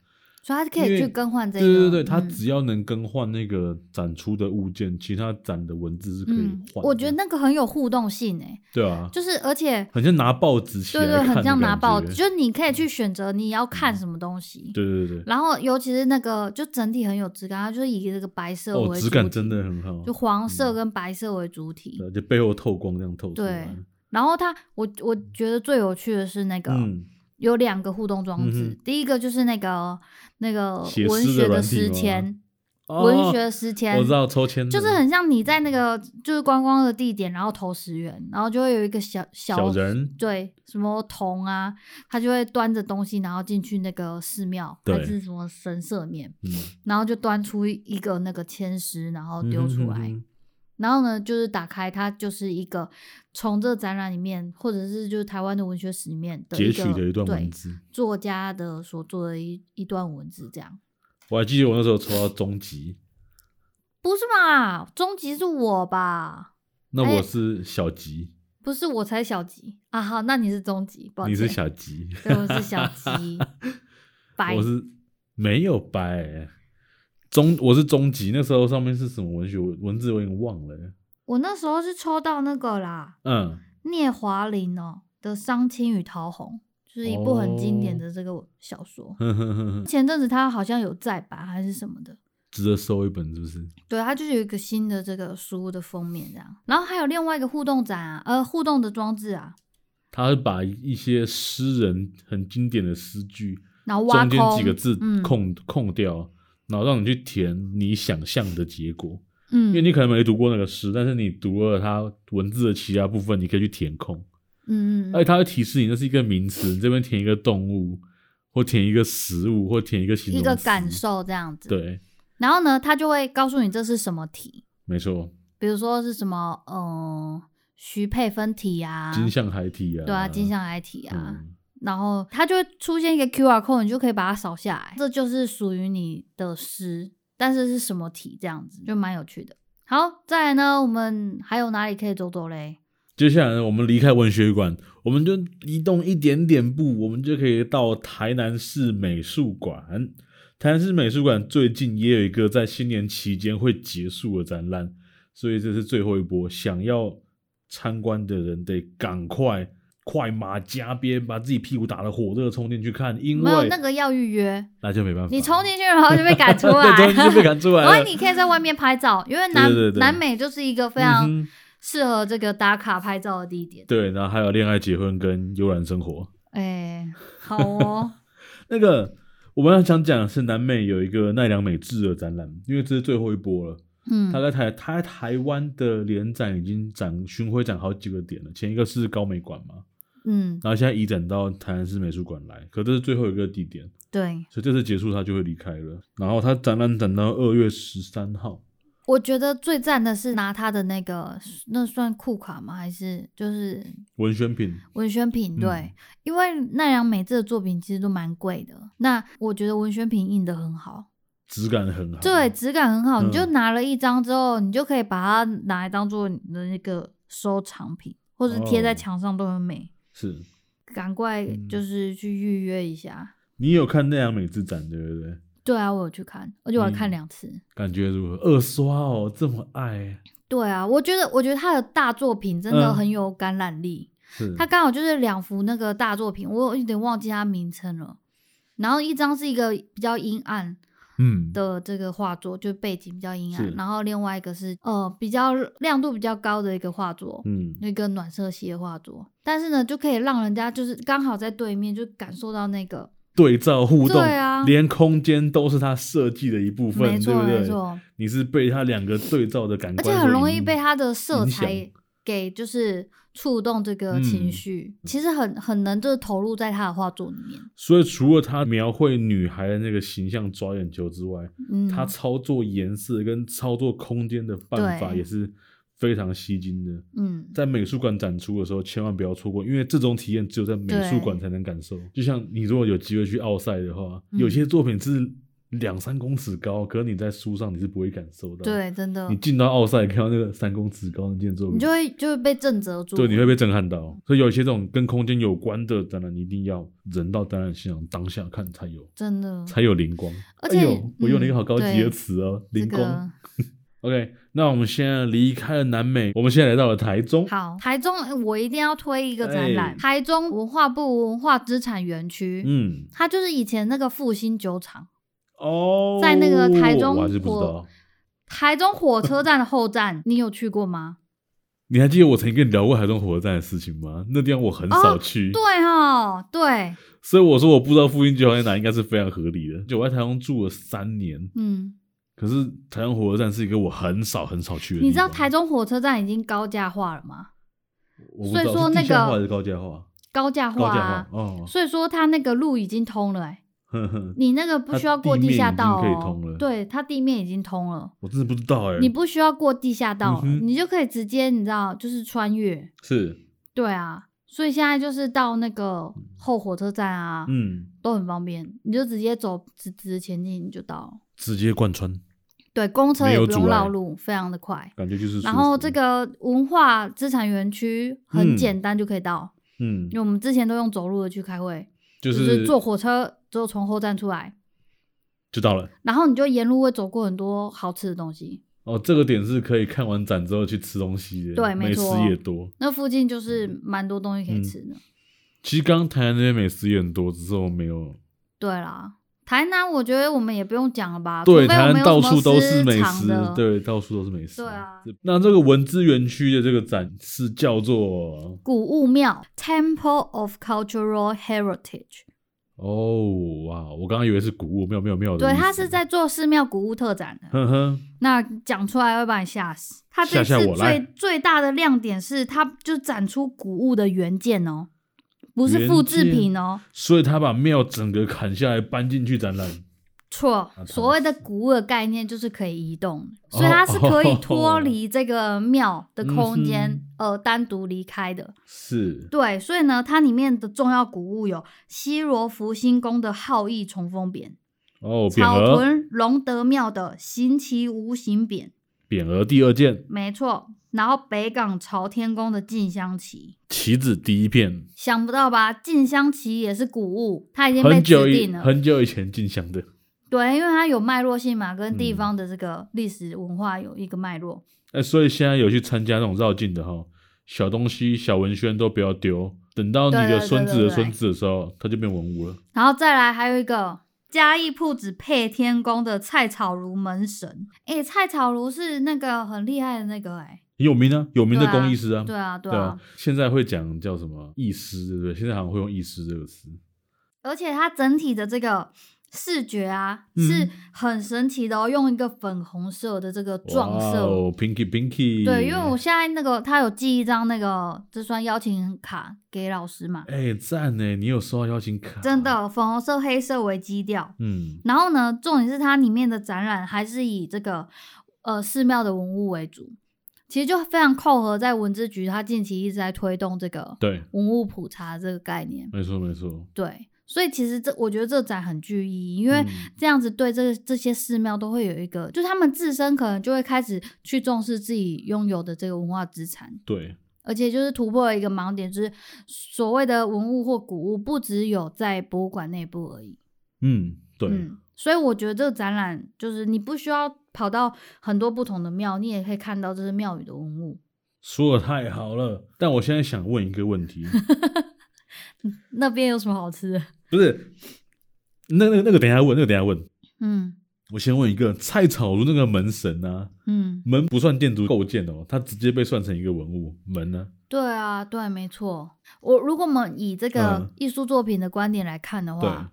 Speaker 2: 所以他可
Speaker 1: 因
Speaker 2: 以
Speaker 1: 为
Speaker 2: 去更换这个。
Speaker 1: 对对对，它
Speaker 2: 嗯
Speaker 1: 只要能更换那个展出的物件，其他展的文字是可以
Speaker 2: 嗯
Speaker 1: 换的。
Speaker 2: 我觉得那个很有互动性诶、
Speaker 1: 对啊，
Speaker 2: 就是而且
Speaker 1: 很像拿报纸起
Speaker 2: 对
Speaker 1: 来
Speaker 2: 对，
Speaker 1: 看
Speaker 2: 很
Speaker 1: 的
Speaker 2: 像拿
Speaker 1: 感
Speaker 2: 报
Speaker 1: 觉嗯
Speaker 2: 纸，就是你可以去选择你要看什么东西。
Speaker 1: 对对对对，
Speaker 2: 然后尤其是那个，就整体很有质感，它就是以这个白色为主
Speaker 1: 哦，
Speaker 2: 体，
Speaker 1: 质感真的很好，
Speaker 2: 就黄色跟白色为主体。
Speaker 1: 对就背后透光这样透出来
Speaker 2: 对。然后它，我我觉得最有趣的是那个、
Speaker 1: 嗯，
Speaker 2: 有两个互动装置，
Speaker 1: 嗯
Speaker 2: 第一个就是那个哦那个
Speaker 1: 写
Speaker 2: 文
Speaker 1: 诗的
Speaker 2: 学
Speaker 1: 软
Speaker 2: 的
Speaker 1: 体
Speaker 2: 诗
Speaker 1: 吗
Speaker 2: 签，
Speaker 1: 哦
Speaker 2: 文学诗签，
Speaker 1: 我知道抽签的
Speaker 2: 就是很像你在那个就是观光的地点，然后投十元，然后就会有一个小小
Speaker 1: 小人，
Speaker 2: 对，什么童啊，他就会端着东西，然后进去那个寺庙
Speaker 1: 对
Speaker 2: 还是什么神社面，
Speaker 1: 嗯，
Speaker 2: 然后就端出一个那个签诗，然后丢出
Speaker 1: 嗯
Speaker 2: 来。
Speaker 1: 哼哼哼
Speaker 2: 然后呢，就是打开它，就是一个从这展览里面，或者是就是台湾的文学史里面的
Speaker 1: 截
Speaker 2: 个
Speaker 1: 取的一段
Speaker 2: 对
Speaker 1: 文字。
Speaker 2: 作家的所做的一一段文字，这样
Speaker 1: 我还记得我那时候抽到终极，
Speaker 2: 不是嘛？终极是我吧？
Speaker 1: 那
Speaker 2: 哎
Speaker 1: 我是小吉，
Speaker 2: 不是我才小吉啊！好，那你是终极，抱歉，
Speaker 1: 你是小吉，
Speaker 2: 对，我是小吉，白
Speaker 1: 我是没有白、中我是中级，那时候上面是什么文学文字我有点忘了、
Speaker 2: 我那时候是抽到那个啦，
Speaker 1: 嗯，
Speaker 2: 聂华苓哦的《伤青与桃红》，就是一部很经典
Speaker 1: 哦
Speaker 2: 的这个小说。
Speaker 1: 呵呵呵呵，
Speaker 2: 前阵子他好像有再版还是什么的，
Speaker 1: 值得收一本是不是？
Speaker 2: 对，它就是有一个新的这个书的封面这样。然后还有另外一个互动展啊，呃，互动的装置啊，
Speaker 1: 他会把一些诗人很经典的诗句，
Speaker 2: 然后挖
Speaker 1: 中间
Speaker 2: 空
Speaker 1: 几个字
Speaker 2: 嗯
Speaker 1: 空、空掉，然后让你去填你想象的结果，因为
Speaker 2: 嗯
Speaker 1: 你可能没读过那个诗，但是你读了它文字的其他部分，你可以去填空。
Speaker 2: 嗯嗯
Speaker 1: 而且
Speaker 2: 嗯，
Speaker 1: 它会提示你那是一个名词，你这边填一个动物，或填一个食物，或填一个形容
Speaker 2: 一
Speaker 1: 词
Speaker 2: 个感。受这样子。。
Speaker 1: 对，
Speaker 2: 然后呢，它就会告诉你这是什么题，
Speaker 1: 没错，
Speaker 2: 比如说是什么，嗯、徐佩芬题啊，
Speaker 1: 金象海体啊，
Speaker 2: 对啊，金象海题啊，
Speaker 1: 嗯，
Speaker 2: 然后它就会出现一个 QR code，你就可以把它扫下来，这就是属于你的诗，但是是什么题这样子，就蛮有趣的。好，再来呢，我们还有哪里可以走走嘞？
Speaker 1: 接下来呢，我们离开文学馆，我们就移动一点点步，我们就可以到台南市美术馆。台南市美术馆最近也有一个在新年期间会结束的展览，所以这是最后一波，想要参观的人得赶快快马加鞭，把自己屁股打得火热，冲进去看，因
Speaker 2: 没有
Speaker 1: 为
Speaker 2: 那个要预约，
Speaker 1: 那就没办法，
Speaker 2: 你冲进 去然后就被赶出来，
Speaker 1: 对，冲进去被赶出来
Speaker 2: 然后
Speaker 1: 了。
Speaker 2: 你可以在外面拍照，因为南
Speaker 1: 对对对
Speaker 2: 南美就是一个非常
Speaker 1: 嗯哼
Speaker 2: 适合这个打卡拍照的地点。
Speaker 1: 对，然后还有恋爱、结婚跟悠然生活。
Speaker 2: 哎、 好哦，
Speaker 1: 那个我们要想讲的是南美有一个奈良美智的展览，因为这是最后一波了。
Speaker 2: 嗯
Speaker 1: 他，在台他在台湾的联展已经展巡回展好几个点了，前一个是高美馆嘛，
Speaker 2: 嗯，
Speaker 1: 然后现在移展到台南市美术馆来，可这是最后一个地点，
Speaker 2: 对，
Speaker 1: 所以这次结束他就会离开了。然后他展览展到二月十三号，
Speaker 2: 我觉得最赞的是拿他的那个，那算库卡吗？还是就是
Speaker 1: 文宣品
Speaker 2: 文宣品？对，
Speaker 1: 嗯
Speaker 2: 因为奈良美智的作品其实都蛮贵的，那我觉得文宣品印的很好，
Speaker 1: 质感很好，
Speaker 2: 对，质感很好，你就
Speaker 1: 嗯
Speaker 2: 拿了一张之后，你就可以把它拿来当做你的那个收藏品，或者贴在
Speaker 1: 哦
Speaker 2: 墙上都很美。
Speaker 1: 是。
Speaker 2: 赶快
Speaker 1: 嗯
Speaker 2: 就是去预约一下。
Speaker 1: 你有看奈良美智展对不对？
Speaker 2: 对啊，我有去看，而且我还看
Speaker 1: 嗯
Speaker 2: 两次。
Speaker 1: 感觉如何？二刷哦，这么爱
Speaker 2: 对啊，我觉得我觉得他的大作品真的
Speaker 1: 嗯
Speaker 2: 很有感染力。
Speaker 1: 是
Speaker 2: 他刚好就是两幅那个大作品，我有一点忘记它名称了。然后一张是一个比较阴暗
Speaker 1: 嗯
Speaker 2: 的这个画作，就背景比较阴暗
Speaker 1: 是；
Speaker 2: 然后另外一个是呃比较亮度比较高的一个画作，
Speaker 1: 嗯
Speaker 2: 那个暖色系的画作。但是呢，就可以让人家就是刚好在对面就感受到那个
Speaker 1: 对照互动，
Speaker 2: 对啊
Speaker 1: 连空间都是他设计的一部分，
Speaker 2: 没
Speaker 1: 对
Speaker 2: 错
Speaker 1: 不
Speaker 2: 没
Speaker 1: 对？
Speaker 2: 错，
Speaker 1: 你是被他两个对照的感
Speaker 2: 而
Speaker 1: 官所
Speaker 2: 且
Speaker 1: 影，
Speaker 2: 很容易被它的色
Speaker 1: 影响
Speaker 2: 彩给就是触动这个情
Speaker 1: 嗯
Speaker 2: 绪，其实很很能就是投入在他的画作里面。
Speaker 1: 所以除了他描绘女孩的那个形象抓眼球之外，
Speaker 2: 嗯，
Speaker 1: 他操作颜色跟操作空间的办法
Speaker 2: 对
Speaker 1: 也是非常吸睛的。
Speaker 2: 嗯
Speaker 1: 在美术馆展出的时候，千万不要错过，因为这种体验只有在美术馆才能感受。就像你如果有机会去奥赛的话，
Speaker 2: 嗯
Speaker 1: 有些作品是两三公尺高，可是你在书上你是不会感受到。，
Speaker 2: 对，真的
Speaker 1: 你，进到奥赛看到那个三公尺高的建筑，
Speaker 2: 嗯你就会就会被震慑住。
Speaker 1: 对，你会被震撼到。所以有一些这种跟空间有关的展览，你一定要人到展览现场当下看才有
Speaker 2: 真的，
Speaker 1: 才有灵光。
Speaker 2: 而
Speaker 1: 哎
Speaker 2: 且
Speaker 1: 呦，我用了一个好高级的
Speaker 2: 嗯
Speaker 1: 词哦，
Speaker 2: 这
Speaker 1: 灵光。
Speaker 2: 个
Speaker 1: OK，那我们现在离开了南美，我们现在来到了台中。
Speaker 2: 好，台中呃我一定要推一个展览，
Speaker 1: 哎
Speaker 2: 台中文化部文化资产园区，
Speaker 1: 嗯，
Speaker 2: 它就是以前那个复兴酒厂，
Speaker 1: 哦，
Speaker 2: 在那个台中
Speaker 1: 我还是不知
Speaker 2: 火
Speaker 1: 道。
Speaker 2: 台中火车站的后站，你有去过 吗？
Speaker 1: 你还记得我曾经跟你聊过台中火车站的事情吗？那地方我很少去，
Speaker 2: 对哦，对，
Speaker 1: 所以我说我不知道复兴酒在哪，应该是非常合理的。就我在台中住了三年，
Speaker 2: 嗯，
Speaker 1: 可是台中火车站是一个我很少很少去的地方。
Speaker 2: 你知道台中火车站已经高价化了吗？
Speaker 1: 我不
Speaker 2: 所以
Speaker 1: 知道
Speaker 2: 说
Speaker 1: 是
Speaker 2: 那
Speaker 1: 地下
Speaker 2: 个
Speaker 1: 化还是高价化？
Speaker 2: 高价
Speaker 1: 高
Speaker 2: 化
Speaker 1: 价
Speaker 2: 啊
Speaker 1: 化，哦，
Speaker 2: 所以说它那个路已经通了、欸，
Speaker 1: 呵呵，
Speaker 2: 你那个不需要过地下
Speaker 1: 它
Speaker 2: 道
Speaker 1: 地面已经可以通
Speaker 2: 哦、
Speaker 1: 了
Speaker 2: 对，它地面已经通了，
Speaker 1: 我真的不知道哎、
Speaker 2: 你不需要过地下道了，
Speaker 1: 嗯哼
Speaker 2: 你就可以直接你知道就是穿越，
Speaker 1: 是
Speaker 2: 对啊，所以现在就是到那个后火车站啊，
Speaker 1: 嗯，
Speaker 2: 都很方便，你就直接走直直前进你就到了，
Speaker 1: 直接贯穿，
Speaker 2: 对，公车
Speaker 1: 没
Speaker 2: 也
Speaker 1: 有
Speaker 2: 不用
Speaker 1: 阻碍
Speaker 2: 绕路，非常的快。
Speaker 1: 感觉就是舒服。
Speaker 2: 然后这个文化资产园区很
Speaker 1: 嗯
Speaker 2: 简单就可以到，
Speaker 1: 嗯
Speaker 2: 因，为我们之前都用走路的去开会，
Speaker 1: 就
Speaker 2: 就是坐火车之后从后站出来，
Speaker 1: 就到了。
Speaker 2: 然后你就沿路会走过很多好吃的东西。
Speaker 1: 哦，这个点是可以看完展之后去吃东西的，
Speaker 2: 对没
Speaker 1: 美食
Speaker 2: 错
Speaker 1: 也多。
Speaker 2: 那附近就是
Speaker 1: 嗯
Speaker 2: 蛮多东西可以吃的。
Speaker 1: 其实刚刚台南那边美食也很多，只是我没有。
Speaker 2: 对啦，台南我觉得我们也不用讲了吧，
Speaker 1: 对，
Speaker 2: 啊除非
Speaker 1: 台
Speaker 2: 我们
Speaker 1: 湾
Speaker 2: 有
Speaker 1: 到
Speaker 2: 什
Speaker 1: 处
Speaker 2: 么
Speaker 1: 都是美
Speaker 2: 私
Speaker 1: 食
Speaker 2: 藏的，
Speaker 1: 对，到处都是美食。
Speaker 2: 对啊。
Speaker 1: 那这个文资园区的这个展是叫做
Speaker 2: 古物庙 （Temple of Cultural Heritage），
Speaker 1: 哦哇，我刚刚以为是古物，没有没有没有的意
Speaker 2: 对，
Speaker 1: 思。嗯
Speaker 2: 它是在做寺庙古物特展的。
Speaker 1: 哼哼，
Speaker 2: 那讲出来会把你吓死。它这次
Speaker 1: 吓吓我来
Speaker 2: 最最大的亮点是，它就展出古物的原件哦，不是复制
Speaker 1: 原件
Speaker 2: 品哦。
Speaker 1: 所以他把庙整个砍下来搬进去展览。
Speaker 2: 错
Speaker 1: 它，
Speaker 2: 所谓的古物的概念就是可以移动
Speaker 1: 啊哦
Speaker 2: 的，所以它是可以
Speaker 1: 哦
Speaker 2: 脱离这个庙的空间
Speaker 1: 嗯，
Speaker 2: 呃，单独离开的。
Speaker 1: 是
Speaker 2: 对，所以呢，它里面的重要古物有西罗福星宫的浩逸重风匾、
Speaker 1: 哦，匾
Speaker 2: 草
Speaker 1: 额，
Speaker 2: 屯隆德庙的行旗无形匾，
Speaker 1: 匾额第二件，
Speaker 2: 没错。然后北港朝天宫的静香旗，
Speaker 1: 旗子第一片，
Speaker 2: 想不到吧？静香旗也是古物，它已经被
Speaker 1: 很
Speaker 2: 指
Speaker 1: 久以
Speaker 2: 定了。
Speaker 1: 很久以前进香的，
Speaker 2: 对，因为它有脉络性嘛，跟地
Speaker 1: 嗯
Speaker 2: 方的这个历史文化有一个脉络。
Speaker 1: 哎、所以现在有去参加那种绕境的哈，小东西、小文宣都不要丢，等到你
Speaker 2: 对
Speaker 1: 的
Speaker 2: 对
Speaker 1: 孙
Speaker 2: 对
Speaker 1: 子的
Speaker 2: 对
Speaker 1: 孙子的时候，它就变文物了。
Speaker 2: 然后再来还有一个嘉义铺子配天宫的蔡草如门神，诶，蔡草如是那个很厉害的那个、诶，
Speaker 1: 很有名啊，有名的
Speaker 2: 对啊
Speaker 1: 工艺师啊，
Speaker 2: 对啊，对
Speaker 1: 对
Speaker 2: 啊，
Speaker 1: 啊，现在会讲叫什么艺师，对不对？现在好像会用艺师这个词，
Speaker 2: 而且它整体的这个视觉啊、
Speaker 1: 嗯
Speaker 2: 是很神奇的哦，用一个粉红色的这个撞
Speaker 1: 哇
Speaker 2: 色。
Speaker 1: 哦，Pinky Pinky，
Speaker 2: 对，因为我现在那个他有寄一张那个这算邀请卡给老师嘛，
Speaker 1: 哎赞呢，你有收到邀请卡，
Speaker 2: 真，的粉红色黑色为基调，
Speaker 1: 嗯，
Speaker 2: 然后呢，重点是它里面的展览还是以这个呃寺庙的文物为主，其实就非常扣合在文字局，它近期一直在推动这个
Speaker 1: 对，
Speaker 2: 文物普查这个概念。
Speaker 1: 没错没错，
Speaker 2: 对，所以其实这我觉得这展很具意义，因为
Speaker 1: 嗯
Speaker 2: 这样子对这这些寺庙都会有一个，就他们自身可能就会开始去重视自己拥有的这个文化资产。
Speaker 1: 对，
Speaker 2: 而且就是突破了一个盲点，就是所谓的文物或古物，不只有在博物馆内部而已。
Speaker 1: 嗯对，
Speaker 2: 嗯，所以我觉得这个展览就是你不需要跑到很多不同的庙，你也可以看到这是庙宇的文物。
Speaker 1: 说的太好了，但我现在想问一个问题，
Speaker 2: 那边有什么好吃的？
Speaker 1: 不是，那那那个等一下问，那个等一下问。
Speaker 2: 嗯
Speaker 1: 我先问一个，菜草如那个门神啊，
Speaker 2: 嗯，
Speaker 1: 门不算建筑构件哦，它直接被算成一个文物。门呢、
Speaker 2: 对啊，对，没错。我如果我们以这个
Speaker 1: 嗯
Speaker 2: 艺术作品的观点来看的话，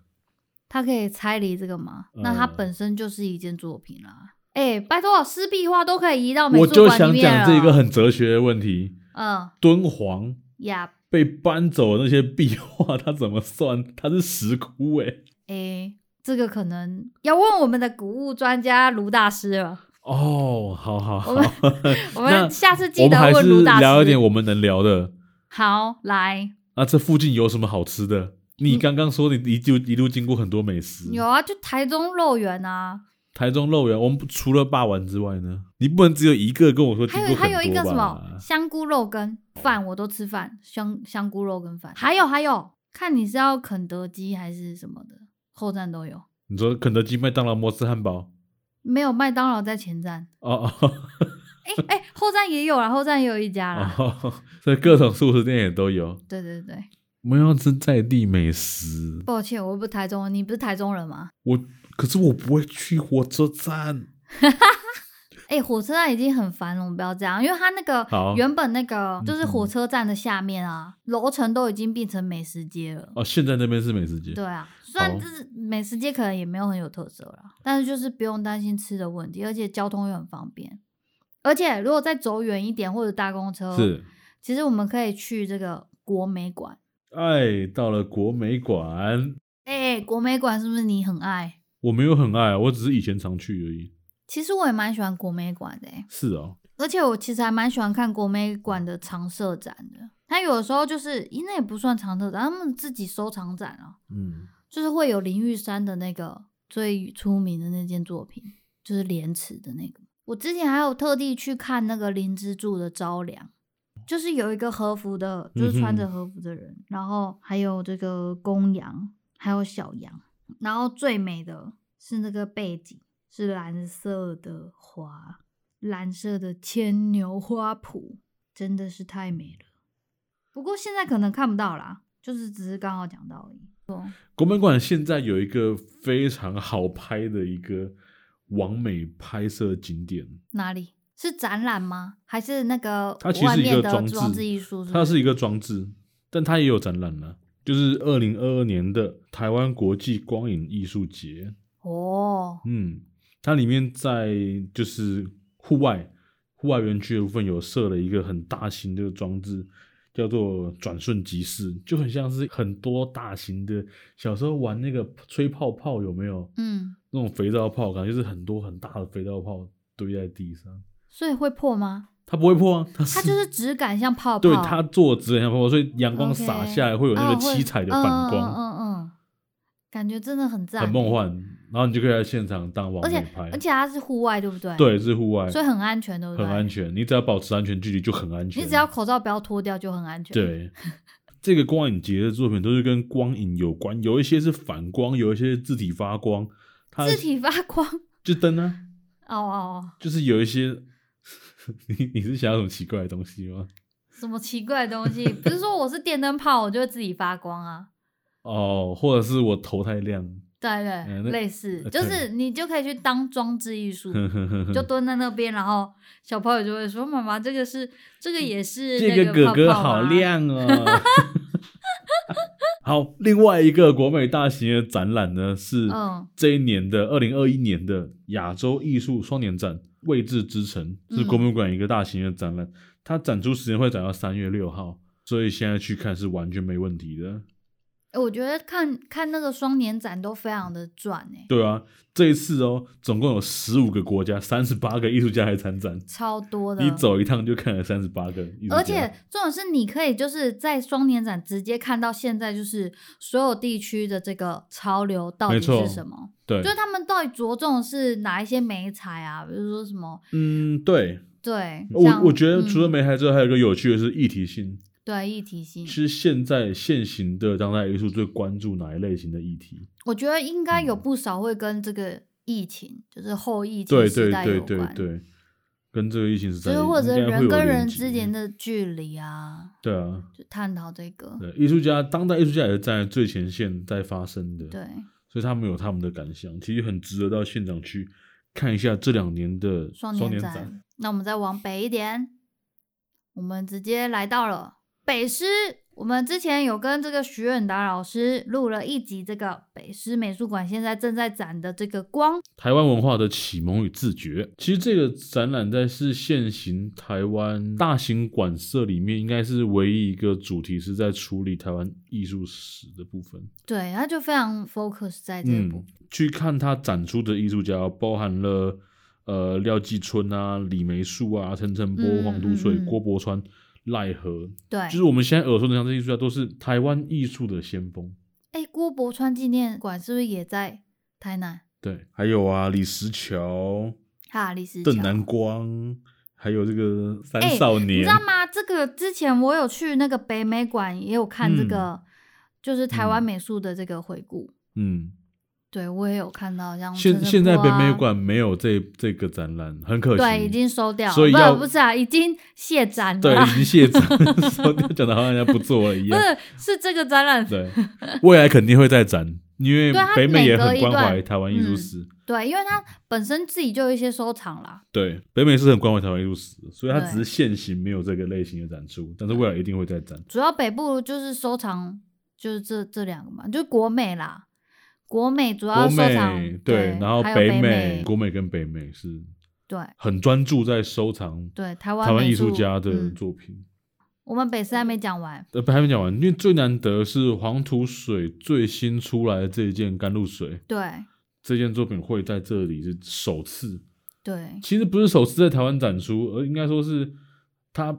Speaker 2: 它可以拆离这个嘛？那它
Speaker 1: 嗯
Speaker 2: 本身就是一件作品啦。哎、拜托，湿壁画都可以移哦到美
Speaker 1: 我
Speaker 2: 术
Speaker 1: 就
Speaker 2: 馆里
Speaker 1: 想
Speaker 2: 面啊
Speaker 1: 讲
Speaker 2: 了。
Speaker 1: 这一个很哲学的问题：
Speaker 2: 嗯
Speaker 1: 敦煌
Speaker 2: 呀，
Speaker 1: 被搬走的那些壁画，它怎么算？它是石窟哎、
Speaker 2: 哎、这个可能要问我们的古物专家卢大师了。
Speaker 1: 哦，好好好，
Speaker 2: 我们我
Speaker 1: 那
Speaker 2: 们下次
Speaker 1: 我
Speaker 2: 记
Speaker 1: 们
Speaker 2: 得
Speaker 1: 还
Speaker 2: 问
Speaker 1: 是
Speaker 2: 卢大师。
Speaker 1: 聊一点我们能聊的。
Speaker 2: 好，来，
Speaker 1: 那、这附近有什么好吃的？你刚刚说你一路一路经过很多美食，
Speaker 2: 嗯有啊，就台中肉圆啊，
Speaker 1: 台中肉圆，我们除了霸王之外呢，你不能只有一个跟我说经
Speaker 2: 还
Speaker 1: 过
Speaker 2: 有
Speaker 1: 很
Speaker 2: 还有一个
Speaker 1: 多
Speaker 2: 什
Speaker 1: 吧
Speaker 2: 么？香菇肉羹饭，我都吃饭，香香菇肉羹饭。还有还有，看你是要肯德基还是什么的，后站都有。
Speaker 1: 你说肯德基、麦当劳、摩斯汉堡？
Speaker 2: 没有麦当劳在 前站，
Speaker 1: 哦哦
Speaker 2: 哎、哎、后站也有啦，后站也有一家啦。
Speaker 1: 哦， 所以各种素食店也都有。
Speaker 2: 对对对，
Speaker 1: 我们要吃在地美食，
Speaker 2: 抱歉，我又不是台中人，你不是台中人吗？
Speaker 1: 我可是我不会去火车站。
Speaker 2: 哎、火车站已经很繁荣，不要这样，因为它那个
Speaker 1: 好
Speaker 2: 原本那个就是
Speaker 1: 嗯
Speaker 2: 火车站的下面啊，楼层都已经变成美食街了。
Speaker 1: 哦，现在那边是美食街。
Speaker 2: 对啊，虽然
Speaker 1: 好
Speaker 2: 就是美食街可能也没有很有特色啦，但是就是不用担心吃的问题，而且交通又很方便。而且如果再走远一点或者搭公车，
Speaker 1: 是。
Speaker 2: 其实我们可以去这个国美馆。
Speaker 1: 哎，到了国美馆，
Speaker 2: 哎、国美馆是不是你很爱？
Speaker 1: 我没有很爱，我只是以前常去而已。
Speaker 2: 其实我也蛮喜欢国美馆的、欸，
Speaker 1: 是哦，
Speaker 2: 而且我其实还蛮喜欢看国美馆的常设展的。它有的时候就是，因那也不算常设展，他们自己收藏展啊，
Speaker 1: 嗯，
Speaker 2: 就是会有林玉山的那个最出名的那件作品，就是莲池的那个。我之前还有特地去看那个林之助的着凉，就是有一个和服的，就是穿着
Speaker 1: 嗯哼
Speaker 2: 和服的人，然后还有这个公羊，还有小羊，然后最美的是那个背景是蓝色的花，蓝色的牵牛花圃，真的是太美了。不过现在可能看不到啦，就是只是刚好讲到而已。
Speaker 1: 国美馆现在有一个非常好拍的一个完美拍摄景点，
Speaker 2: 哪里？是展览吗？还是那个
Speaker 1: 它其实
Speaker 2: 外
Speaker 1: 是一
Speaker 2: 面
Speaker 1: 个
Speaker 2: 的
Speaker 1: 装
Speaker 2: 装置
Speaker 1: 置
Speaker 2: 艺术？
Speaker 1: 它
Speaker 2: 不
Speaker 1: 是一个装置，但它也有展览了、就是二零二二年的台湾国际光影艺术节。
Speaker 2: 哦，
Speaker 1: 嗯，它里面在就是户外户外园区的部分有设了一个很大型的装置，叫做转瞬即逝，就很像是很多大型的小时候玩那个吹泡泡有没有？
Speaker 2: 嗯，
Speaker 1: 那种肥皂泡，感觉就是很多很大的肥皂泡堆在地上，
Speaker 2: 所以会破吗？
Speaker 1: 它不会破啊，它
Speaker 2: 它
Speaker 1: 是
Speaker 2: 就是质感像泡泡，
Speaker 1: 对它做的直很像泡泡，所以阳光
Speaker 2: OK
Speaker 1: 洒下来会有那个七彩的反
Speaker 2: 嗯
Speaker 1: 光，
Speaker 2: 嗯嗯嗯，感觉真的很赞，欸
Speaker 1: 很梦，幻。然后你就可以在现场当网
Speaker 2: 而且
Speaker 1: 美拍
Speaker 2: 而，且它是户外，对不对？，
Speaker 1: 对，是户外，
Speaker 2: 所以很安全，对不对？
Speaker 1: 很安全。你只要保持安全距离就很安全。
Speaker 2: 你只要口罩不要脱掉就很安全。，
Speaker 1: 对，这个光影节的作品都是跟光影有关，有一些是反光，有一些是字体发光，它
Speaker 2: 字体发光，
Speaker 1: 就灯啊，
Speaker 2: 哦哦哦，
Speaker 1: 就是有一些。 你你是想要什么奇怪的东西吗？
Speaker 2: 什么奇怪的东西？不是说我是电灯泡，我就会自己发光啊？
Speaker 1: 哦，或者是我头太亮，
Speaker 2: 对对，
Speaker 1: 嗯那
Speaker 2: 类似，
Speaker 1: 呃
Speaker 2: 就是你就可以去当装置 艺术。嗯就
Speaker 1: 嗯
Speaker 2: 蹲在那边，然后小朋友就会说：“妈妈，这个是这个也是
Speaker 1: 这个
Speaker 2: 那个
Speaker 1: 哥
Speaker 2: 泡
Speaker 1: 哥
Speaker 2: 泡啊
Speaker 1: 好
Speaker 2: 吗。
Speaker 1: 亮 哦。 好，另外一个国美大型的展览呢，是
Speaker 2: 嗯
Speaker 1: 这一年的二零二一年的亚洲艺术双年展“位置之城”是
Speaker 2: 嗯
Speaker 1: 国美馆一个大型的展览，它展出时间会展到三月六号，所以现在去看是完全没问题的。
Speaker 2: 诶哎我觉得看看那个双年展都非常的赚哎、
Speaker 1: 对啊，这一次哦，总共有十五个国家、三十八个艺术家来参展，
Speaker 2: 超多的。
Speaker 1: 你走一趟就看了三十八个艺术家，
Speaker 2: 而且重点是，你可以就是在双年展直接看到现在就是所有地区的这个潮流到底
Speaker 1: 没错
Speaker 2: 是什么，
Speaker 1: 对
Speaker 2: 就，是他们到底着重的是哪一些美彩啊，比如说什么
Speaker 1: 嗯，对。
Speaker 2: 对，
Speaker 1: 我
Speaker 2: 像
Speaker 1: 我觉得除了
Speaker 2: 嗯
Speaker 1: 美海之后，还有一个有趣的是议题性，
Speaker 2: 对议题性，
Speaker 1: 是现在现行的当代艺术最关注哪一类型的议题？
Speaker 2: 我觉得应该有
Speaker 1: 嗯
Speaker 2: 不少会跟这个疫情，就是后疫情
Speaker 1: 对
Speaker 2: 时
Speaker 1: 对
Speaker 2: 代
Speaker 1: 对
Speaker 2: 有
Speaker 1: 对
Speaker 2: 关，
Speaker 1: 对，跟这个疫情时代
Speaker 2: 就是或者
Speaker 1: 应该会
Speaker 2: 人
Speaker 1: 有
Speaker 2: 跟
Speaker 1: 连
Speaker 2: 人
Speaker 1: 结
Speaker 2: 之间的距离啊，
Speaker 1: 对啊，
Speaker 2: 就探讨这个，
Speaker 1: 对艺术家当代艺术家也是站在最前线在发生的，
Speaker 2: 对，
Speaker 1: 所以他们有他们的感想，其实很值得到现场去看一下这两年的
Speaker 2: 双
Speaker 1: 年
Speaker 2: 年展。那我们再往北一点，我们直接来到了北师。我们之前有跟这个徐远达老师录了一集这个北师美术馆现在正在展的这个光，
Speaker 1: 台湾文化的启蒙与自觉。其实这个展览在是现行台湾大型馆舍里面，应该是唯一一个主题是在处理台湾艺术史的部分。
Speaker 2: 对，他就非常 focus 在这一部
Speaker 1: 嗯，去看他展出的艺术家，包含了呃廖继春啊、李梅树啊、陈澄波、
Speaker 2: 嗯
Speaker 1: 黄都水、
Speaker 2: 嗯嗯
Speaker 1: 郭伯川、赖和，
Speaker 2: 对，
Speaker 1: 就是我们现在耳熟能详的艺术家，都是台湾艺术的先锋。
Speaker 2: 哎、郭伯川纪念馆是不是也在台南？
Speaker 1: 对，还有啊，李石桥、
Speaker 2: 哈，李石桥
Speaker 1: 邓南光，还有这个三
Speaker 2: 哎
Speaker 1: 少年，
Speaker 2: 你知道吗？这个之前我有去那个北美馆，也有看这个，就是台湾
Speaker 1: 嗯
Speaker 2: 美术的这个回顾。
Speaker 1: 嗯，
Speaker 2: 对我也有看到，像
Speaker 1: 现
Speaker 2: 陈澄
Speaker 1: 现在
Speaker 2: 波
Speaker 1: 北
Speaker 2: 啊
Speaker 1: 美馆没有这这个展览，很可惜。
Speaker 2: 对已经收掉了，
Speaker 1: 所以
Speaker 2: 不
Speaker 1: 要
Speaker 2: 不是啊，已经卸展了
Speaker 1: 对
Speaker 2: 啦，
Speaker 1: 已经卸展， 说讲的好像人家不做了一
Speaker 2: 不
Speaker 1: 样。
Speaker 2: 是是这个展览，
Speaker 1: 对，未来肯定会再展，因为
Speaker 2: 对它
Speaker 1: 北美
Speaker 2: 每
Speaker 1: 也
Speaker 2: 隔
Speaker 1: 很
Speaker 2: 一
Speaker 1: 关
Speaker 2: 段
Speaker 1: 怀台湾艺术
Speaker 2: 嗯
Speaker 1: 史。
Speaker 2: 对，因为它本身自己就有一些收藏啦，
Speaker 1: 对，北美是很关怀台湾艺术史的，所以它
Speaker 2: 对
Speaker 1: 只是现行没有这个类型的展出，但是未来一定会再展。
Speaker 2: 主要北部就是收藏就是这这两个嘛，就是国美啦，国美主要
Speaker 1: 国
Speaker 2: 收藏
Speaker 1: 美对，然后
Speaker 2: 还有
Speaker 1: 北
Speaker 2: 美
Speaker 1: 国美跟北美是
Speaker 2: 对
Speaker 1: 很专注在收藏
Speaker 2: 对台湾
Speaker 1: 台湾
Speaker 2: 美
Speaker 1: 艺术
Speaker 2: 术
Speaker 1: 家的
Speaker 2: 嗯
Speaker 1: 作品。
Speaker 2: 我们北师还没讲完，
Speaker 1: 呃，还没讲完，因为最难得是黄土水最新出来的这一件甘露水，
Speaker 2: 对
Speaker 1: 这件作品会在这里是首次，
Speaker 2: 对，
Speaker 1: 其实不是首次在台湾展出，而应该说是它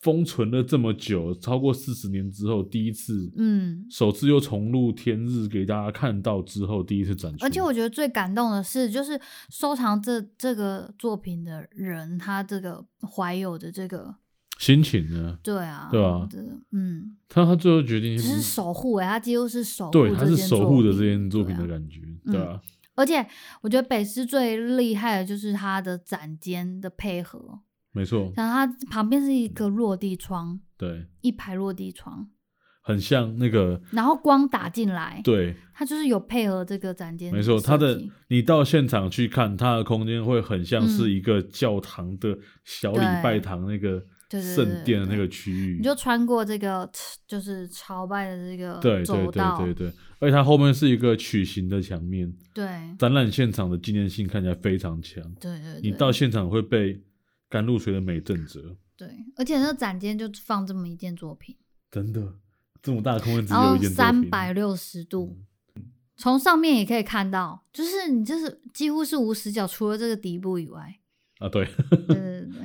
Speaker 1: 封存了这么久，超过四十年之后第一次，，
Speaker 2: 嗯，
Speaker 1: 首次又重露天日给大家看到之后第一次展出，
Speaker 2: 而且我觉得最感动的是，就是收藏这这个作品的人，他这个怀有的这个，
Speaker 1: 心情呢，
Speaker 2: 对啊，
Speaker 1: 对啊
Speaker 2: 这个嗯，
Speaker 1: 他他最后决定
Speaker 2: 只是守护哎、他几乎是守护
Speaker 1: 对，他
Speaker 2: 这
Speaker 1: 是
Speaker 2: 件
Speaker 1: 守
Speaker 2: 作
Speaker 1: 护着
Speaker 2: 品
Speaker 1: 这件作品
Speaker 2: 对
Speaker 1: 的
Speaker 2: 啊
Speaker 1: 感觉，
Speaker 2: 嗯
Speaker 1: 对啊，
Speaker 2: 而且我觉得北师最厉害的就是它的展间的配合，
Speaker 1: 没错，
Speaker 2: 像它旁边是一个落地窗，
Speaker 1: 对，
Speaker 2: 一排落地窗，
Speaker 1: 很像那个
Speaker 2: 然后光打进来，
Speaker 1: 对。
Speaker 2: 它就是有配合这个展间，
Speaker 1: 没错，它的你到现场去看，它的空间会很像是
Speaker 2: 嗯
Speaker 1: 一个教堂的小礼拜堂那个
Speaker 2: 对对对
Speaker 1: 圣殿的那个区域
Speaker 2: 你，就穿过这个就是朝拜的这个
Speaker 1: 对对
Speaker 2: 走道，
Speaker 1: 对对对，而且它后面是一个曲形的墙面，
Speaker 2: 对
Speaker 1: 展览现场的纪念性看起来非常强，
Speaker 2: 对对对，
Speaker 1: 你到现场会被甘露水的美震折，
Speaker 2: 对，而且那展间就放这么一件作品，
Speaker 1: 真的这么大的空间只
Speaker 2: 然
Speaker 1: 有
Speaker 2: 后
Speaker 1: 一件作
Speaker 2: 三
Speaker 1: 品嗯
Speaker 2: 百六十度，从上面也可以看到，就是你就是几乎是无死角，除了这个底部以外。
Speaker 1: 啊，对，
Speaker 2: 对对对对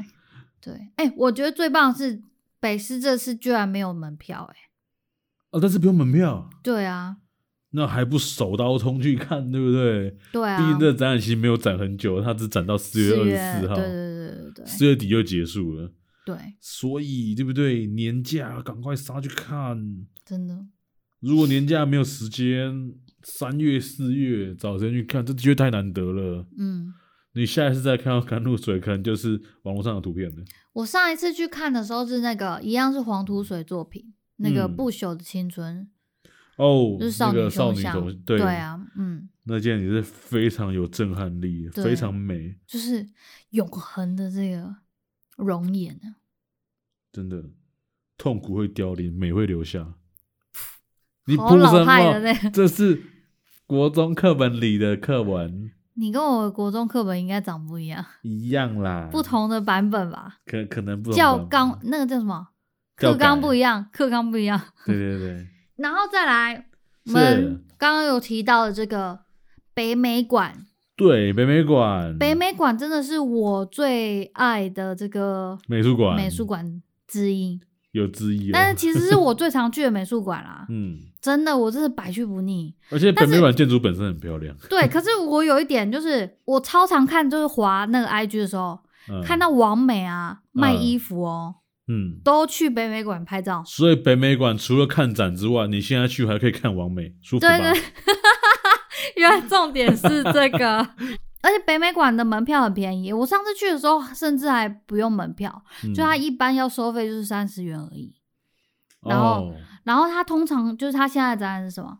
Speaker 2: 对，哎、我觉得最棒的是北师这次居然没有门票、哎，
Speaker 1: 哦，但是不用门票，
Speaker 2: 对啊，
Speaker 1: 那还不手刀冲去看，对不对？
Speaker 2: 对啊，
Speaker 1: 毕竟这展览其实没有展很久，它只展到四月二十四号，
Speaker 2: 对对对对对
Speaker 1: 四月底就结束了。
Speaker 2: 对，
Speaker 1: 所以，对不对？年假赶快杀去看。
Speaker 2: 真的，
Speaker 1: 如果年假没有时间，三月、四月找时间去看，这的确太难得了。
Speaker 2: 嗯，
Speaker 1: 你下一次再看到甘露水，可能就是网络上的图片了。
Speaker 2: 我上一次去看的时候是那个一样是黄土水作品，那个
Speaker 1: 嗯
Speaker 2: 不朽的青春，
Speaker 1: 哦，
Speaker 2: 就
Speaker 1: 那
Speaker 2: 是少
Speaker 1: 个
Speaker 2: 女
Speaker 1: 少
Speaker 2: 胸
Speaker 1: 女
Speaker 2: 像，
Speaker 1: 头，
Speaker 2: 对，啊，嗯，
Speaker 1: 那件也是非常有震撼力，
Speaker 2: 对
Speaker 1: 非常美，
Speaker 2: 就是永恒的这个容颜啊，
Speaker 1: 真的。痛苦会凋零，美会留下。你
Speaker 2: 好
Speaker 1: 不
Speaker 2: 老
Speaker 1: 什
Speaker 2: 派的
Speaker 1: 么？
Speaker 2: 那个，
Speaker 1: 这是国中课本里的课文，
Speaker 2: 你跟我国中课本应该长不一样，
Speaker 1: 一样啦，
Speaker 2: 不，同的版本吧，
Speaker 1: 可可能不同
Speaker 2: 教
Speaker 1: 吧
Speaker 2: 纲那个叫什么？
Speaker 1: 教
Speaker 2: 课纲
Speaker 1: 改啊
Speaker 2: 不一样，课纲不一样。
Speaker 1: 对对对，
Speaker 2: 然后再来，我
Speaker 1: 是
Speaker 2: 们刚刚有提到的这个北美馆，
Speaker 1: 嗯对北美馆、
Speaker 2: 北美馆真的是我最爱的这个
Speaker 1: 美术馆、
Speaker 2: 美术馆之一，
Speaker 1: 有之一、哦，，
Speaker 2: 但是其实是我最常去的美术馆啦
Speaker 1: 嗯，
Speaker 2: 真的，我真是百去 不腻。
Speaker 1: 而且北美馆建筑本身很漂亮，
Speaker 2: 对，可是我有一点就是，我超常看就是滑那个 IG 的时候，
Speaker 1: 嗯、
Speaker 2: 看到王美啊卖
Speaker 1: 嗯
Speaker 2: 衣服哦，
Speaker 1: 嗯，
Speaker 2: 都去北美馆 拍照。
Speaker 1: 所以北美馆除了看展之外，你现在去还可以看完美，舒服吧？
Speaker 2: 对对，原来重点是这 个。而且北美馆的门票很便宜，我上次去的时候甚至还不用门票，
Speaker 1: 嗯
Speaker 2: 就它一般要收费就是三十元而已。然后
Speaker 1: 哦、
Speaker 2: 然后它通常就是它现在的展览是什么？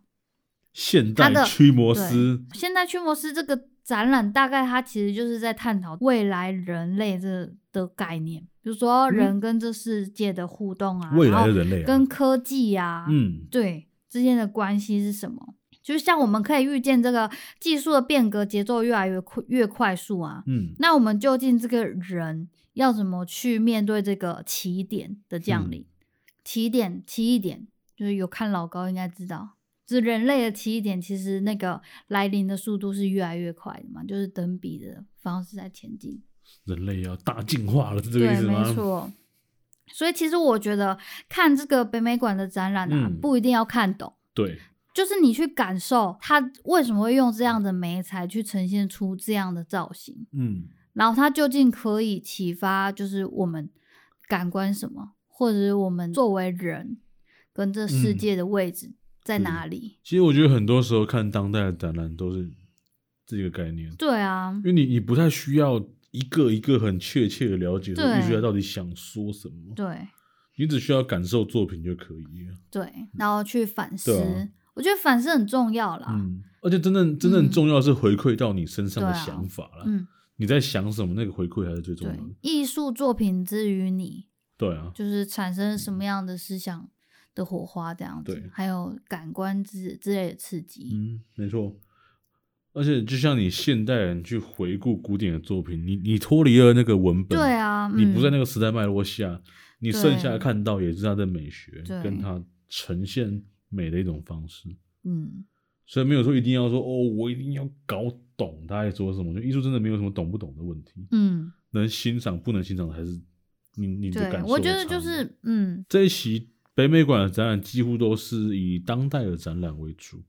Speaker 1: 现
Speaker 2: 它的
Speaker 1: 代驱魔
Speaker 2: 对
Speaker 1: 师，
Speaker 2: 现在驱魔师这个展览，大概它其实就是在探讨未来人类这的概念，比如说人跟这世界的互动啊，
Speaker 1: 嗯未
Speaker 2: 然
Speaker 1: 来
Speaker 2: 后
Speaker 1: 的人类、啊，
Speaker 2: 跟科技啊，
Speaker 1: 嗯
Speaker 2: 对之间的关系是什么？就是像我们可以预见这个技术的变革节奏越来越快越快速啊，
Speaker 1: 嗯
Speaker 2: 那我们究竟这个人要怎么去面对这个起点的
Speaker 1: 嗯
Speaker 2: 降临？起点，起一点，就是有看老高应该知道，就是人类的起点，其实那个来临的速度是越来越快的嘛，就是等比的方式在前进。
Speaker 1: 人类要大进化了，是这个意
Speaker 2: 对，
Speaker 1: 思吗？
Speaker 2: 没错。所以其实我觉得看这个北美馆的展览啊，
Speaker 1: 嗯
Speaker 2: 不一定要看懂。
Speaker 1: 对，
Speaker 2: 就是你去感受它为什么会用这样的媒材去呈现出这样的造型，
Speaker 1: 嗯，
Speaker 2: 然后它究竟可以启发就是我们感官什么，或者是我们作为人跟这世
Speaker 1: 嗯
Speaker 2: 界的位置在哪里？
Speaker 1: 其实我觉得很多时候看当代的展览都是这个概念，
Speaker 2: 对啊
Speaker 1: 因，为你你不太需要一个一个很确切的了解说
Speaker 2: 对
Speaker 1: 艺术家到底想说什么，
Speaker 2: 对
Speaker 1: 你只需要感受作品就可以了。
Speaker 2: 对，然后去反思，
Speaker 1: 嗯对啊
Speaker 2: 我觉得反思很重要啦。
Speaker 1: 嗯，而且真正真正
Speaker 2: 啊嗯
Speaker 1: 重要是回馈到你身上的
Speaker 2: 对啊
Speaker 1: 想法啦，
Speaker 2: 嗯，
Speaker 1: 你在想什么，那个回馈才是最重要
Speaker 2: 对
Speaker 1: 的。，
Speaker 2: 艺术作品之于你，
Speaker 1: 对啊，
Speaker 2: 就是产生什么样的思想的火花这样子
Speaker 1: 嗯对，
Speaker 2: 还有感官之之类的刺激。
Speaker 1: 嗯，没错。而且就像你现代人去回顾古典的作品，你你脱离了那个文本，
Speaker 2: 对啊，
Speaker 1: 你不在
Speaker 2: 嗯
Speaker 1: 那个时代脉络下，你
Speaker 2: 对
Speaker 1: 剩下看到也是它的美学
Speaker 2: 对
Speaker 1: 跟它呈现美的一种方式，
Speaker 2: 嗯，
Speaker 1: 所以没有说一定要说哦，我一定要搞懂他在说什么。就艺术真的没有什么懂不懂的问题，
Speaker 2: 嗯，
Speaker 1: 能欣赏不能欣赏才是你你的
Speaker 2: 对
Speaker 1: 感，受
Speaker 2: 我
Speaker 1: 的差异。
Speaker 2: 觉得就是嗯，
Speaker 1: 这一期北美馆的展览几乎都是以当代的展览为主，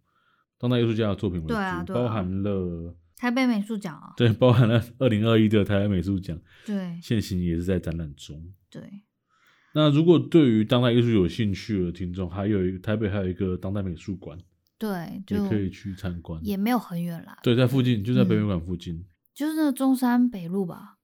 Speaker 1: 当代艺术家的作品为主，
Speaker 2: 对啊对啊
Speaker 1: 包含了
Speaker 2: 台北美术奖啊，
Speaker 1: 对包含了 二零二一的台湾美术奖，
Speaker 2: 对
Speaker 1: 现行也是在展览中。
Speaker 2: 对，
Speaker 1: 那如果对于当代艺术有兴趣的听众，还有一台北还有一个当代美术馆，
Speaker 2: 对，
Speaker 1: 也
Speaker 2: 就
Speaker 1: 可以去参观。
Speaker 2: 也嗯没有很远啦，
Speaker 1: 对，在附近，就在北美馆附近。
Speaker 2: 就是那个中山北路吧，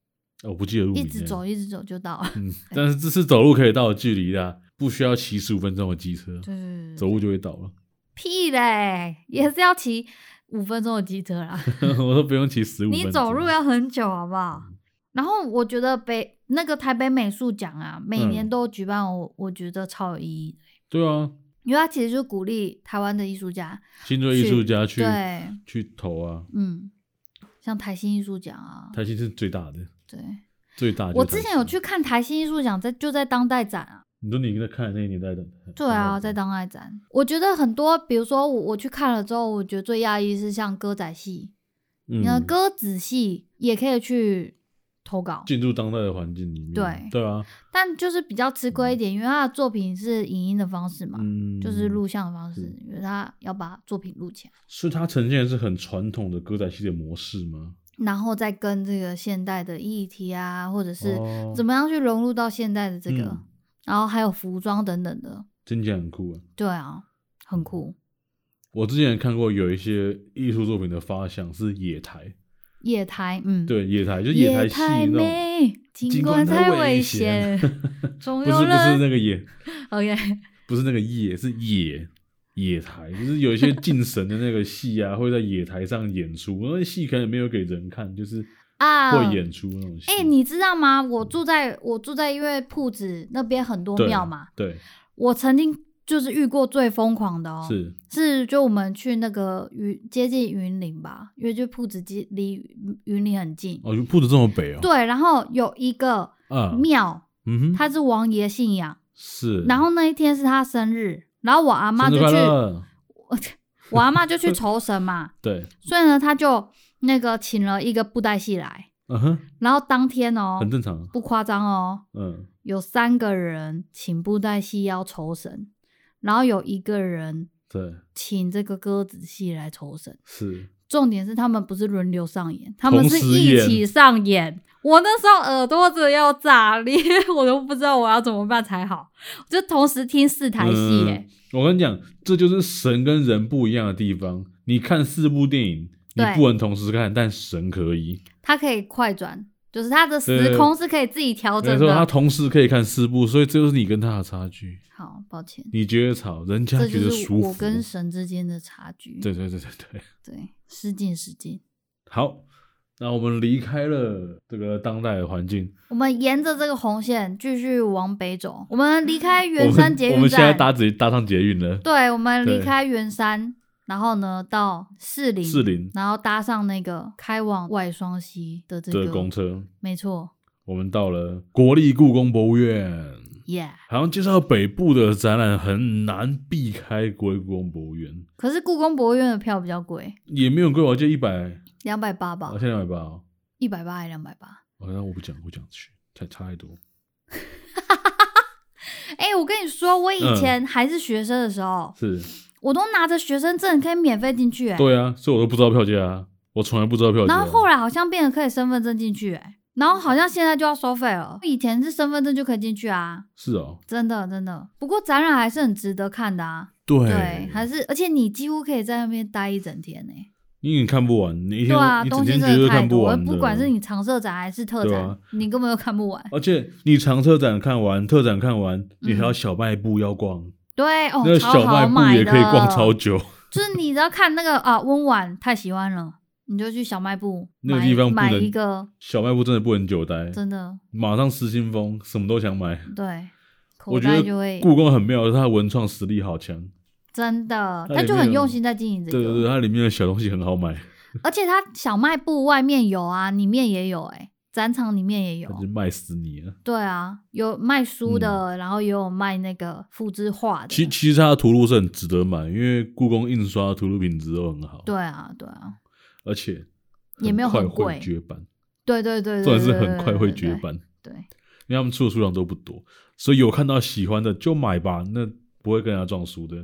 Speaker 1: 呃我不记得路名
Speaker 2: 一
Speaker 1: 了。
Speaker 2: 直走一直走就 到了。
Speaker 1: 嗯，但是这是走路可以到的距离啦，不需要骑十五分钟的机车，
Speaker 2: 对对对
Speaker 1: 走
Speaker 2: 对，
Speaker 1: 路就会到了。
Speaker 2: 屁嘞，也是要骑五分钟的机车啦，
Speaker 1: 我都不用骑 十五分钟。啊嗯
Speaker 2: 你走路要很久好不好？然后我觉得北那个台北美术奖啊，每年
Speaker 1: 嗯
Speaker 2: 都举办我，我觉得超有意义的，
Speaker 1: 对啊，
Speaker 2: 因为它其实就鼓励台湾的艺术家，
Speaker 1: 新锐艺术家去
Speaker 2: 对，
Speaker 1: 去投啊，
Speaker 2: 嗯，像台新艺术奖啊，
Speaker 1: 台新是最大的，
Speaker 2: 对，
Speaker 1: 最大就是
Speaker 2: 我
Speaker 1: 台
Speaker 2: 之前
Speaker 1: 新
Speaker 2: 有，去看台新艺术奖，在就在当代展啊。
Speaker 1: 你说你在看的那个年代的，
Speaker 2: 对
Speaker 1: 嗯
Speaker 2: 啊，在当代展，我觉得很多，比如说我我去看了之后，我觉得最讶异是像歌仔戏，
Speaker 1: 嗯
Speaker 2: 你的歌仔戏也可以去投稿，
Speaker 1: 进入当代的环境里面，
Speaker 2: 对
Speaker 1: 对啊，
Speaker 2: 但就是比较吃亏一点，因为他的作品是影音的方式嘛，
Speaker 1: 嗯，
Speaker 2: 啊就是录像的方式
Speaker 1: 是，
Speaker 2: 因为他要把作品录起来，
Speaker 1: 所以它呈现的是很传统的歌仔戏的模式吗？
Speaker 2: 然后再跟这个现代的议题啊，或者是
Speaker 1: 哦
Speaker 2: 怎么样去融入到现代的这个，
Speaker 1: 嗯
Speaker 2: 然后还有服装等等的，
Speaker 1: 听起来很酷啊！
Speaker 2: 对啊，很酷。
Speaker 1: 我之前也看过有一些艺术作品的发想是野台，
Speaker 2: 夜台，嗯，，
Speaker 1: 对野台就是
Speaker 2: 夜
Speaker 1: 台戏那种，
Speaker 2: 美，
Speaker 1: 景
Speaker 2: 景
Speaker 1: 观
Speaker 2: 观
Speaker 1: 太
Speaker 2: 太
Speaker 1: 危
Speaker 2: 危
Speaker 1: 险，
Speaker 2: 险 总
Speaker 1: 不是
Speaker 2: 有
Speaker 1: 不是
Speaker 2: 人
Speaker 1: 那个野，
Speaker 2: OK，
Speaker 1: 不是那个野，是野野台，就是有一些敬神的那个戏啊，会在野台上演出，那戏可能没有给人看，就是
Speaker 2: 啊
Speaker 1: 会演出那种戏。
Speaker 2: 哎、你知道吗？我住在我住在因为铺子那边很多
Speaker 1: 对
Speaker 2: 庙嘛，
Speaker 1: 对
Speaker 2: 我曾经就是遇过最疯狂的哦，
Speaker 1: 是
Speaker 2: 是就我们去那个云接近云林吧，因为就铺子接离云林很近，
Speaker 1: 哦，铺子这么北哦，
Speaker 2: 对，然后有一个
Speaker 1: 啊，
Speaker 2: 庙，
Speaker 1: 嗯哼，
Speaker 2: 他是王爷信仰，
Speaker 1: 是，
Speaker 2: 然后那一天是他生日，然后我阿妈
Speaker 1: 生
Speaker 2: 就
Speaker 1: 日快
Speaker 2: 去，
Speaker 1: 乐，
Speaker 2: 我阿妈就去 酬神嘛，
Speaker 1: 对，
Speaker 2: 所以呢，他就那个请了一个布袋戏来，
Speaker 1: 嗯哼，
Speaker 2: 然后当天哦，
Speaker 1: 很正常，
Speaker 2: 不夸张哦，
Speaker 1: 嗯，
Speaker 2: 有三个人请布袋戏要酬神，然后有一个人
Speaker 1: 对，
Speaker 2: 请这个歌子戏来酬神。
Speaker 1: 是。
Speaker 2: 重点是他们不是轮流上演，他
Speaker 1: 同
Speaker 2: 们是
Speaker 1: 时
Speaker 2: 一
Speaker 1: 演
Speaker 2: 起上演。我那时候耳朵子要炸裂，我都不知道我要怎么办才好，我就同时听四台戏、
Speaker 1: 嗯。
Speaker 2: 欸，
Speaker 1: 我跟你讲，这就是神跟人不一样的地方。你看四部电影，你
Speaker 2: 对
Speaker 1: 不能同时看，但神可以。
Speaker 2: 它可以快转，就是它的
Speaker 1: 对
Speaker 2: 时
Speaker 1: 对
Speaker 2: 空是可以自己调
Speaker 1: 所以
Speaker 2: 整
Speaker 1: 说他
Speaker 2: 哦的。
Speaker 1: 同时可以看四部，所以这就是你跟他的差距。
Speaker 2: 好，抱歉，
Speaker 1: 你觉得吵，人家
Speaker 2: 这
Speaker 1: 觉
Speaker 2: 就
Speaker 1: 得
Speaker 2: 是
Speaker 1: 舒服。
Speaker 2: 我跟神之间的差距。
Speaker 1: 对对对对对。
Speaker 2: 对，失敬失敬。
Speaker 1: 好，那我们离开了这个当代的环境，
Speaker 2: 我们沿着这个红线继续往北走，我们离开
Speaker 1: 嗯我
Speaker 2: 圆山
Speaker 1: 们
Speaker 2: 捷
Speaker 1: 我
Speaker 2: 运
Speaker 1: 们现在
Speaker 2: 站，
Speaker 1: 搭直搭上捷运了。
Speaker 2: 对，我们离
Speaker 1: 对
Speaker 2: 开圆山，然后呢到士林，
Speaker 1: 士林
Speaker 2: 然后搭上那个开往外双溪的这
Speaker 1: 的
Speaker 2: 个
Speaker 1: 公，车，
Speaker 2: 没错
Speaker 1: 我们到了国立故宫博物院。
Speaker 2: ，Yeah。
Speaker 1: 好像介绍北部的展览很难避开国立故宫博物院，
Speaker 2: 可是故宫博物院的票比较贵，
Speaker 1: 也没有贵，我记得一百
Speaker 2: 两百八吧
Speaker 1: 我，现在买吧，
Speaker 2: 一百八还两百八。
Speaker 1: 好像我不讲，我讲去，太差太多。
Speaker 2: 哎、我跟你说，我以
Speaker 1: 嗯
Speaker 2: 前还是学生的时候，
Speaker 1: 是，
Speaker 2: 我都拿着学生证可以免费进去、哎，
Speaker 1: 对啊，所以我都不知道票价啊，我从来不知道票价啊。
Speaker 2: 然后后来好像变得可以身份证进去、哎，然后好像现在就要收费了，以前是身份证就可以进去啊。
Speaker 1: 是哦，
Speaker 2: 真的真的，不过展览还是很值得看的啊。
Speaker 1: 对
Speaker 2: 对，还是而且你几乎可以在那边待一整天呢、
Speaker 1: 因为你看不完，你一
Speaker 2: 对
Speaker 1: 天、
Speaker 2: 啊，
Speaker 1: 你
Speaker 2: 东
Speaker 1: 整天
Speaker 2: 西真
Speaker 1: 绝对
Speaker 2: 的太
Speaker 1: 看不
Speaker 2: 多了，
Speaker 1: 完的。
Speaker 2: 不管是你常设展还是特
Speaker 1: 对
Speaker 2: 展，
Speaker 1: 啊
Speaker 2: 你根本就看 不完。
Speaker 1: 而且你长车展看完，特展看完，你还有
Speaker 2: 嗯
Speaker 1: 小卖部要逛，
Speaker 2: 对哦
Speaker 1: 那，个
Speaker 2: 超
Speaker 1: 小
Speaker 2: 好
Speaker 1: 卖
Speaker 2: 买
Speaker 1: 部
Speaker 2: 的，
Speaker 1: 也可以逛超久。
Speaker 2: 就是你只要看那个啊，温婉太喜欢了，你就去小卖部
Speaker 1: 那个
Speaker 2: 买
Speaker 1: 地方不
Speaker 2: 买
Speaker 1: 能
Speaker 2: 一个，
Speaker 1: 小卖部真的不能久待，
Speaker 2: 真的
Speaker 1: 马上失心疯，什么都想买。
Speaker 2: 对，口
Speaker 1: 我觉
Speaker 2: 袋
Speaker 1: 得
Speaker 2: 就会
Speaker 1: 故宫很妙，它的文创实力好强。
Speaker 2: 真的，
Speaker 1: 它
Speaker 2: 他
Speaker 1: 里
Speaker 2: 就
Speaker 1: 面
Speaker 2: 很
Speaker 1: 有
Speaker 2: 用心在经营这
Speaker 1: 对对对，
Speaker 2: 个，
Speaker 1: 它里面的小东西很好买，
Speaker 2: 而且他小卖部外面有啊，里面也有哎、展场里面也有
Speaker 1: 它，就卖死你了。
Speaker 2: 对啊，有卖书的，然后也有卖那个复制画
Speaker 1: 其
Speaker 2: 的。
Speaker 1: 其实它的图录是很值得买，因为故宫印刷的图录品质都很好，
Speaker 2: 对啊，对啊，
Speaker 1: 而且
Speaker 2: 也没有
Speaker 1: 很
Speaker 2: 很
Speaker 1: 快会
Speaker 2: 贵
Speaker 1: 绝版，
Speaker 2: 对对对
Speaker 1: 重
Speaker 2: 对，
Speaker 1: 点是很
Speaker 2: 对
Speaker 1: 快会绝。版，
Speaker 2: 对对对对，
Speaker 1: 因为他们出的数量都不多，所以有看到喜欢的就买吧，那不会跟人家撞书的。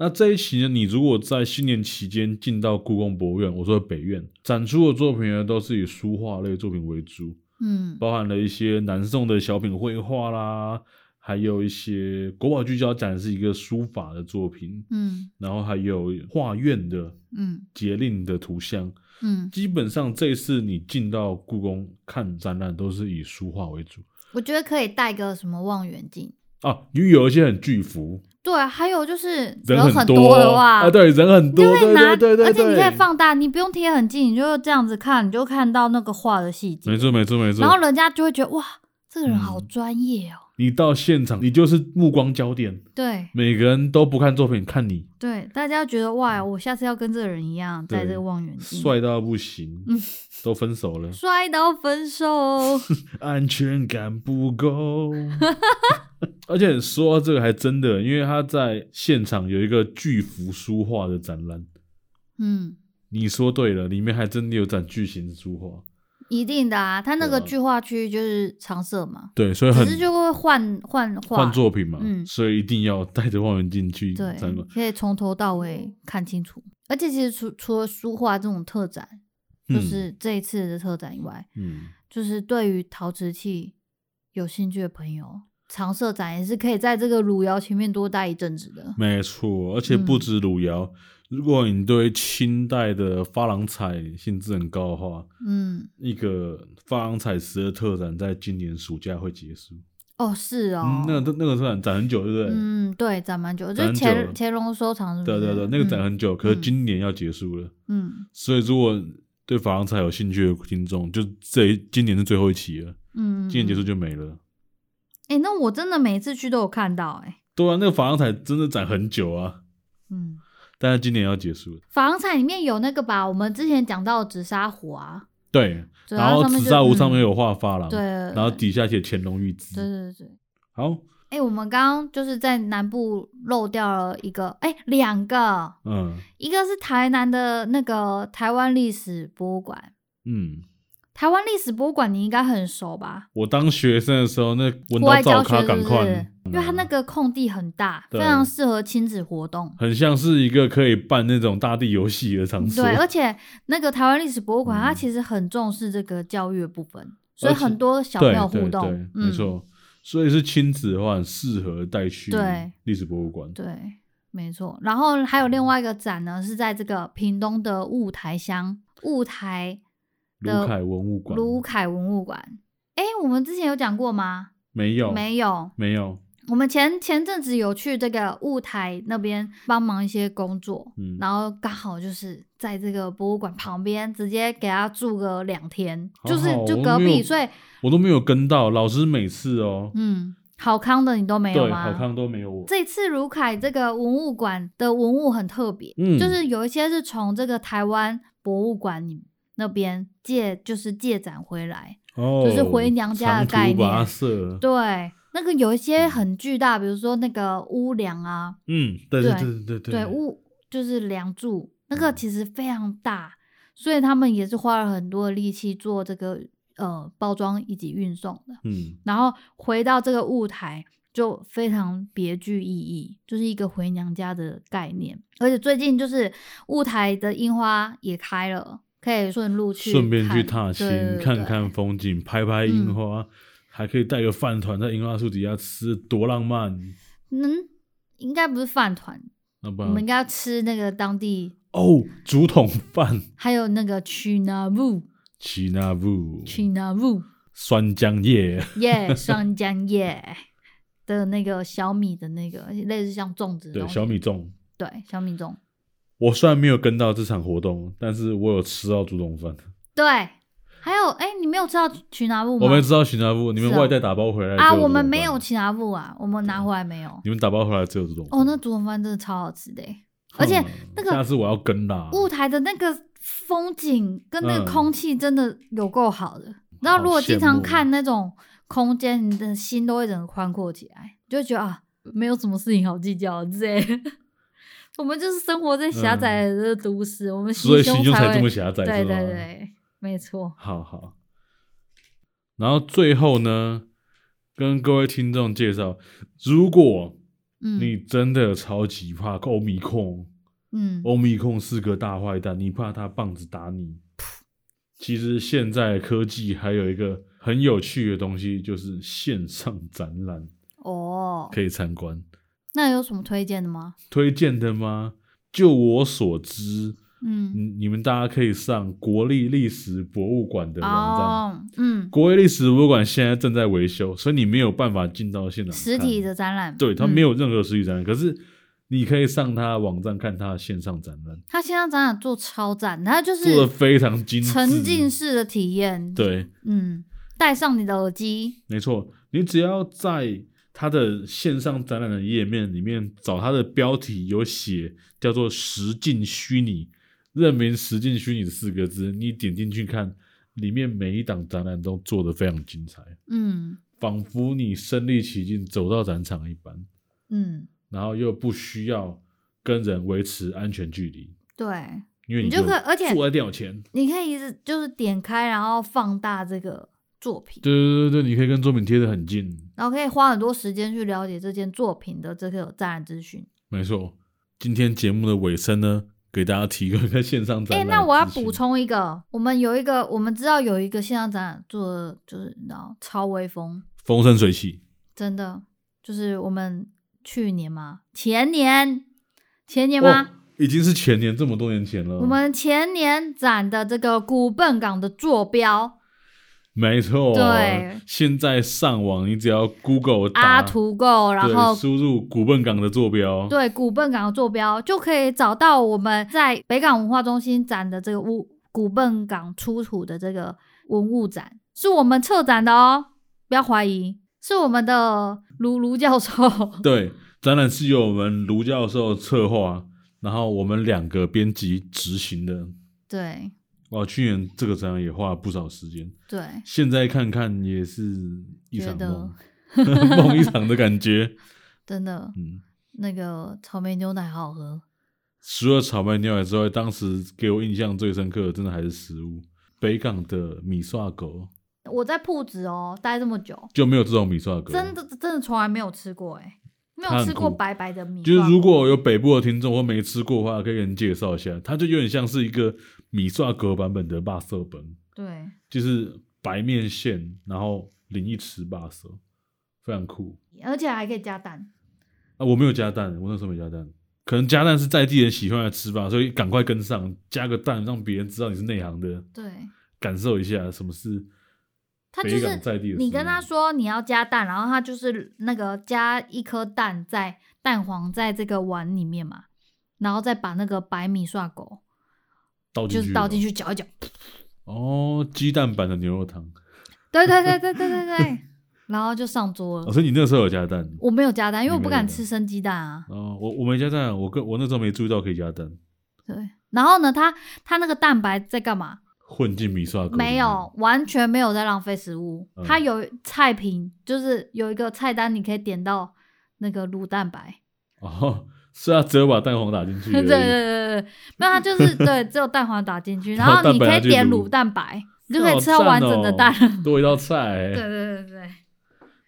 Speaker 1: 那这一期呢，你如果在新年期间进到故宫博物院，我说的北院展出的作品呢，都是以书画类作品为主，
Speaker 2: 嗯，
Speaker 1: 包含了一些南宋的小品绘画啦，还有一些国宝聚焦展是一个书法的作品，
Speaker 2: 嗯
Speaker 1: 然后还有画院的
Speaker 2: 嗯
Speaker 1: 节令的图像。
Speaker 2: 嗯，
Speaker 1: 基本上这一次你进到故宫看展览，都是以书画为主
Speaker 2: 我觉得可以带个什么望远镜。
Speaker 1: 啊，因为有一些很巨幅，
Speaker 2: 对，啊还有就是
Speaker 1: 人
Speaker 2: 人很
Speaker 1: 多
Speaker 2: 的话，
Speaker 1: 啊，对，人很
Speaker 2: 你
Speaker 1: 多，
Speaker 2: 可以
Speaker 1: 对
Speaker 2: 拿，
Speaker 1: 对对对，
Speaker 2: 而且你可
Speaker 1: 对，
Speaker 2: 以放大，你不用贴很近，你就这样子看，你就看到那个画的细节
Speaker 1: 没。错没错没错，
Speaker 2: 然后人家就会觉得哇，这个人好
Speaker 1: 嗯
Speaker 2: 专业哦，
Speaker 1: 你到现场，你就是目光焦点，
Speaker 2: 对
Speaker 1: 每个人都不看作品，看你
Speaker 2: 对，大家觉得哇，我下次要跟这个人一样，戴这
Speaker 1: 对
Speaker 2: 个望远镜，
Speaker 1: 帅到不行，
Speaker 2: 嗯
Speaker 1: 都分手了，
Speaker 2: 摔到分 手。哦
Speaker 1: 安全感不够。 而且说到这个还真的，因为他在现场有一个巨幅书画的展览，
Speaker 2: 嗯，
Speaker 1: 你说对了，里面还真的有展巨型书画，
Speaker 2: 一定的啊，他那个
Speaker 1: 对啊
Speaker 2: 剧化区就是常设嘛，
Speaker 1: 对，所以
Speaker 2: 只
Speaker 1: 很
Speaker 2: 是就会换换画，
Speaker 1: 换作品嘛，
Speaker 2: 嗯
Speaker 1: 所以一定要带着望远镜去
Speaker 2: 对
Speaker 1: 展览。，
Speaker 2: 可以从头到尾看清楚。而且其实除除了书画这种特展，就
Speaker 1: 嗯
Speaker 2: 是这一次的特展以外，
Speaker 1: 嗯，
Speaker 2: 就是对于陶瓷器有兴趣的朋友，常设展也是可以在这个汝窑前面多待一阵子的。
Speaker 1: 没错，而且不
Speaker 2: 嗯
Speaker 1: 止汝窑，如果你对清代的珐琅彩兴致很高的话，
Speaker 2: 嗯，
Speaker 1: 一个珐琅彩石的特展在今年暑假会结束。
Speaker 2: 哦，是哦
Speaker 1: 嗯，，那个那个特展展很久，对不对？
Speaker 2: 嗯，对，展蛮久，就
Speaker 1: 展
Speaker 2: 是
Speaker 1: 很久了
Speaker 2: 乾乾隆收藏是不
Speaker 1: 对啊
Speaker 2: 是？
Speaker 1: 对对，那个展
Speaker 2: 嗯
Speaker 1: 很久，可是今年要结束了，
Speaker 2: 嗯
Speaker 1: 所以如果对珐琅彩有兴趣的听众，就这一今年是最后一期了，
Speaker 2: 嗯，
Speaker 1: 今年结束
Speaker 2: 嗯。
Speaker 1: 就没了。
Speaker 2: 哎、那我真的每次去都有看到、哎，
Speaker 1: 对啊，那个珐琅彩真的展很久啊，
Speaker 2: 嗯，
Speaker 1: 但是今年要结束了。
Speaker 2: 珐琅彩里面有那个吧，我们之前讲到的紫砂壶啊，
Speaker 1: 对，
Speaker 2: 对
Speaker 1: 然后
Speaker 2: 它
Speaker 1: 紫
Speaker 2: 面就
Speaker 1: 砂壶上面
Speaker 2: 嗯
Speaker 1: 有画珐琅，
Speaker 2: 对，
Speaker 1: 然后底下写乾隆御
Speaker 2: 呃对
Speaker 1: 制。
Speaker 2: 对对。
Speaker 1: 好，
Speaker 2: 哎、我们刚刚就是在南部漏掉了一个，哎、两个，
Speaker 1: 嗯
Speaker 2: 一个是台南的那个台湾历史博物馆，
Speaker 1: 嗯，
Speaker 2: 台湾历史博物馆你应该很熟吧？
Speaker 1: 我当学生的时候，那闻
Speaker 2: 户
Speaker 1: 到
Speaker 2: 外
Speaker 1: 照
Speaker 2: 教学
Speaker 1: 咖
Speaker 2: 是不
Speaker 1: 赶快，嗯
Speaker 2: 是？因为它那个空地很大，非
Speaker 1: 对
Speaker 2: 常适合亲子活动。
Speaker 1: 很像是一个可以办那种大地游戏的场所。
Speaker 2: 对，而且那个台湾历史博物馆，它
Speaker 1: 嗯
Speaker 2: 其实很重视这个教育的部分，所
Speaker 1: 而
Speaker 2: 以
Speaker 1: 且
Speaker 2: 很多小朋
Speaker 1: 对
Speaker 2: 友
Speaker 1: 对
Speaker 2: 互动，
Speaker 1: 对
Speaker 2: 嗯，
Speaker 1: 没，错。所以是亲子的话，很适合带去
Speaker 2: 对
Speaker 1: 历史博物馆。
Speaker 2: 对，没错。然后还有另外一个展呢，是在这个屏东的雾台乡雾台
Speaker 1: 卢凯文物馆
Speaker 2: 卢凯文物馆。哎，我们之前有讲过吗？
Speaker 1: 没有
Speaker 2: 没有。
Speaker 1: 没有，
Speaker 2: 我们前前阵子有去这个雾台那边帮忙一些工作，
Speaker 1: 嗯
Speaker 2: 然后刚好就是在这个博物馆旁边，直接给他住个两天，
Speaker 1: 好
Speaker 2: 就是
Speaker 1: 哦好
Speaker 2: 就
Speaker 1: 我
Speaker 2: 隔
Speaker 1: 没
Speaker 2: 壁，
Speaker 1: 有
Speaker 2: 所以
Speaker 1: 我都没有跟到。老师每次哦，
Speaker 2: 嗯，好康的你都嗯没有啊
Speaker 1: 对，
Speaker 2: 吗？
Speaker 1: 好看都没有我。
Speaker 2: 这次卢凯这个文物馆的文物很特别，
Speaker 1: 嗯
Speaker 2: 就是有一些是从这个台湾博物馆里那边借，就是借展回来。
Speaker 1: 哦，
Speaker 2: 就是回娘家的概念
Speaker 1: 拔色，
Speaker 2: 对，那个有一些很巨大，比如说那个屋梁啊，
Speaker 1: 嗯，对
Speaker 2: 对
Speaker 1: 对对对嗯
Speaker 2: 对，屋就是梁柱，那个其实非常大，所以他们也是花了很多的力气做这个呃包装以及运送的。
Speaker 1: 嗯，
Speaker 2: 然后回到这个舞台就非常别具意义，就是一个回娘家的概念。而且最近就是舞台的樱花也开了，可以顺路去
Speaker 1: 顺便去
Speaker 2: 看
Speaker 1: 踏青，
Speaker 2: 对嗯对
Speaker 1: 看
Speaker 2: 对
Speaker 1: 看风景，拍拍樱花，还可以带个饭团在樱花树底下吃，多浪漫！
Speaker 2: 嗯，应该不是饭团，
Speaker 1: 那不
Speaker 2: 我
Speaker 1: 然
Speaker 2: 们应该要吃那个当地
Speaker 1: 哦，竹筒饭、
Speaker 2: 还有那个 chinavu
Speaker 1: 奇纳布、
Speaker 2: chinavu
Speaker 1: 酸浆叶，
Speaker 2: 耶双江耶的那个小米的那个类似像粽子的
Speaker 1: 对，
Speaker 2: 东西
Speaker 1: 小米粽。
Speaker 2: 对小米粽
Speaker 1: 我虽然没有跟到这场活动，但是我有吃到竹筒饭。
Speaker 2: 对，还有哎、你没有吃到 chinavu 吗？
Speaker 1: 我没吃到奇纳布，你们
Speaker 2: 是哦
Speaker 1: 外带打包回来
Speaker 2: 啊，
Speaker 1: 只有
Speaker 2: 我们
Speaker 1: 竹筒
Speaker 2: 没
Speaker 1: 饭
Speaker 2: 有，其他布啊，我们拿回来没有。
Speaker 1: 你们打包回来只有竹筒饭。
Speaker 2: 哦，那竹筒饭真的超好吃的欸，而且
Speaker 1: 哼
Speaker 2: 那个
Speaker 1: 下次我要跟啦。
Speaker 2: 雾台的那个风景跟那个
Speaker 1: 嗯
Speaker 2: 空气真的有够好的。然后如果经
Speaker 1: 羡
Speaker 2: 常
Speaker 1: 慕哦
Speaker 2: 看那种空间，你的心都会整个宽阔起来，就会觉得啊，没有什么事情好计较的之类的。 我们就是生活在狭窄的这个都市，我们
Speaker 1: 嗯所以心
Speaker 2: 胸
Speaker 1: 胸才
Speaker 2: 会
Speaker 1: 这么狭窄，
Speaker 2: 对对
Speaker 1: 是吗
Speaker 2: 对，没错。
Speaker 1: 好好。然后最后呢，跟各位听众介绍，如果
Speaker 2: 嗯，
Speaker 1: 你真的超级怕欧米控，
Speaker 2: 嗯
Speaker 1: 欧米控是个大坏蛋，你怕他棒子打你。其实现在科技还有一个很有趣的东西，就是线上展览
Speaker 2: 哦，
Speaker 1: 可以参观。
Speaker 2: 那有什么推荐的吗？
Speaker 1: 推荐的吗？就我所知，
Speaker 2: 嗯，
Speaker 1: 你你们大家可以上国立历史博物馆的网站。
Speaker 2: 哦，嗯，
Speaker 1: 国立历史博物馆现在正在维修，所以你没有办法进到现场看
Speaker 2: 实体的，展览，嗯
Speaker 1: 对，它没
Speaker 2: 有。
Speaker 1: 有任何实体展览，可是你可以上它的网站看它的线上展览，
Speaker 2: 他现在展览做超赞，他就
Speaker 1: 做的
Speaker 2: 是
Speaker 1: 非常精致，
Speaker 2: 沉浸式的体验。，
Speaker 1: 对，
Speaker 2: 嗯，戴上你的耳机，
Speaker 1: 没错，你只要在它的线上展览的页面里面找它的标题有写叫做“实境虚拟”，认明“实境虚拟”的四个字，你点进去看，里面每一档展览都做得非常精彩，
Speaker 2: 嗯
Speaker 1: 仿佛你身临其境走到展场一般，
Speaker 2: 嗯，
Speaker 1: 然后又不需要跟人维持安全距离，
Speaker 2: 对，
Speaker 1: 因为
Speaker 2: 你就
Speaker 1: 就
Speaker 2: 可以而且
Speaker 1: 坐在电脑前，
Speaker 2: 你可以一直就是点开，然后放大这个作品，
Speaker 1: 对对对对，你可以跟作品贴得很近，
Speaker 2: 然后可以花很多时间去了解这件作品的这个展览资讯。
Speaker 1: 没错，今天节目的尾声呢，给大家提供一个线上展
Speaker 2: 哎、
Speaker 1: 览。
Speaker 2: 那我要补，充一个，我们有一个，我们知道有一个线上展览做的就是你知道超威风，
Speaker 1: 风生水起，
Speaker 2: 真的就是我们去年吗？前年，前年吗？
Speaker 1: 哦已经是前年这么多年前了。
Speaker 2: 我们前年展的这个古笨港的坐标
Speaker 1: 没错，
Speaker 2: 对
Speaker 1: 现在上网你只要 Google 打
Speaker 2: 阿图购，然
Speaker 1: 对
Speaker 2: 后
Speaker 1: 输入古笨港的坐标，
Speaker 2: 对古笨港的坐标，就可以找到我们在北港文化中心展的这个物古笨港出土的这个文物展，是我们策展的哦，不要怀疑，是我们的卢卢教授。
Speaker 1: 对展览是由我们卢教授策划，然后我们两个编辑执行的。
Speaker 2: 对
Speaker 1: 哇，哦去年这个展览也花了不少时间，
Speaker 2: 对，
Speaker 1: 现在看看也是一场
Speaker 2: 觉得
Speaker 1: 梦， 梦 一场的感觉。
Speaker 2: 真的
Speaker 1: 嗯，
Speaker 2: 那个草莓牛奶好好喝，
Speaker 1: 除了炒麦牛奶之外，当时给我印象最深刻的，真的还是食物。北港的米刷狗
Speaker 2: 我在铺子哦待这么久，
Speaker 1: 就没有这种米刷狗，
Speaker 2: 真。的真的从来没有吃过哎、没
Speaker 1: 它
Speaker 2: 有
Speaker 1: 很
Speaker 2: 吃过
Speaker 1: 酷
Speaker 2: 白白的米饭，
Speaker 1: 就是如果有北部的听众或没吃过的话，可以给你介绍一下，它就有点像是一个米刷狗版本的巴色本，
Speaker 2: 对。
Speaker 1: 就是白面线，然后淋一匙巴色，非常酷。
Speaker 2: 而且还可以加蛋，
Speaker 1: 啊，我没有加蛋，我那时候没加蛋，可能加蛋是在地人喜欢的吃法，所以赶快跟上，加个蛋，让别人知道你是内行的，
Speaker 2: 对，
Speaker 1: 感受一下什么是
Speaker 2: 它就
Speaker 1: 北港
Speaker 2: 是
Speaker 1: 在地的食物。
Speaker 2: 你跟他说你要加蛋，然后他就是那个加一颗蛋在蛋黄在这个碗里面嘛，然后再把那个白米刷狗
Speaker 1: 倒进
Speaker 2: 就
Speaker 1: 去，
Speaker 2: 是倒进。去搅一搅。
Speaker 1: 哦，鸡蛋版的牛肉汤，
Speaker 2: 对对对对对对 对，然后就上桌
Speaker 1: 哦，
Speaker 2: 了。
Speaker 1: 所以你那时候有加蛋。
Speaker 2: 我没有加蛋，因为我
Speaker 1: 你
Speaker 2: 不
Speaker 1: 没有
Speaker 2: 敢
Speaker 1: 加
Speaker 2: 吃生鸡蛋啊。
Speaker 1: 哦，我我没加蛋，我跟我那时候没注意到可以加蛋，
Speaker 2: 对，然后呢，他他那个蛋白在干嘛？
Speaker 1: 混进米刷锅。
Speaker 2: 没有，，完全没有在浪费食物。
Speaker 1: 哦嗯
Speaker 2: 它有菜品，就是有一个菜单，你可以点到那个卤蛋白。
Speaker 1: 哦，是啊，只有把蛋黄打进去而
Speaker 2: 对
Speaker 1: 已。
Speaker 2: 对对对，对，没有，它就是对，只有蛋黄打 进去，然
Speaker 1: 然后
Speaker 2: 后你
Speaker 1: 蛋白
Speaker 2: 可
Speaker 1: 拿
Speaker 2: 以
Speaker 1: 去
Speaker 2: 点
Speaker 1: 卤
Speaker 2: 卤蛋白，你就
Speaker 1: 这
Speaker 2: 可以
Speaker 1: 好
Speaker 2: 吃到
Speaker 1: 赞
Speaker 2: 完整的
Speaker 1: 哦
Speaker 2: 蛋。
Speaker 1: 多一道菜。
Speaker 2: 对对对对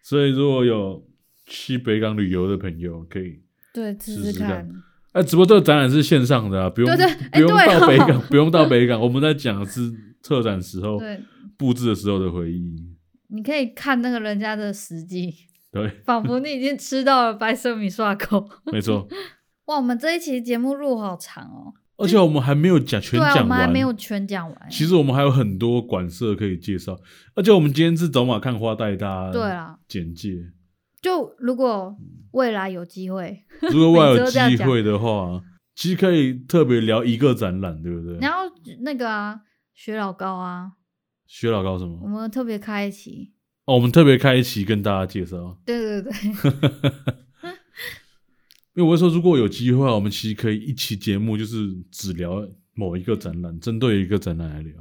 Speaker 1: 所以如果有去北港旅游的朋友，可以。
Speaker 2: 对，对
Speaker 1: 试
Speaker 2: 试
Speaker 1: 试
Speaker 2: 看
Speaker 1: 看。哎，只不过这个展览是线上的啊，不用
Speaker 2: 对对
Speaker 1: 不用
Speaker 2: 哎对哦
Speaker 1: 到北港，不用到北港。我们在讲的是策展时候
Speaker 2: 对，
Speaker 1: 布置的时候的回忆。
Speaker 2: 你可以看那个人家的实际，
Speaker 1: 对，
Speaker 2: 仿佛你已经吃到了白色米刷口。
Speaker 1: 没错。
Speaker 2: 哇，我们这一期节目录好长哦，
Speaker 1: 而且我们还没有讲全
Speaker 2: 对啊，我
Speaker 1: 讲
Speaker 2: 们还
Speaker 1: 完，
Speaker 2: 没有全讲完。
Speaker 1: 其实我们还有很多馆舍可以介绍，而且我们今天是走马看花带大
Speaker 2: 对啊
Speaker 1: 家
Speaker 2: 啦，
Speaker 1: 简介。
Speaker 2: 就如果未来有机会，
Speaker 1: 如果我有
Speaker 2: 每次都这样
Speaker 1: 机
Speaker 2: 讲
Speaker 1: 会的话，其实可以特别聊一个展览，对不对？
Speaker 2: 然后那个啊，学老高啊，
Speaker 1: 薛老高什
Speaker 2: 我
Speaker 1: 么？
Speaker 2: 们特别开一期。
Speaker 1: 哦，我们特别开一期跟大家介绍，
Speaker 2: 对对对，
Speaker 1: 因为我会说，如果有机会的话，我们其实可以一期节目就是只聊某一个展览，针对一个展览来聊，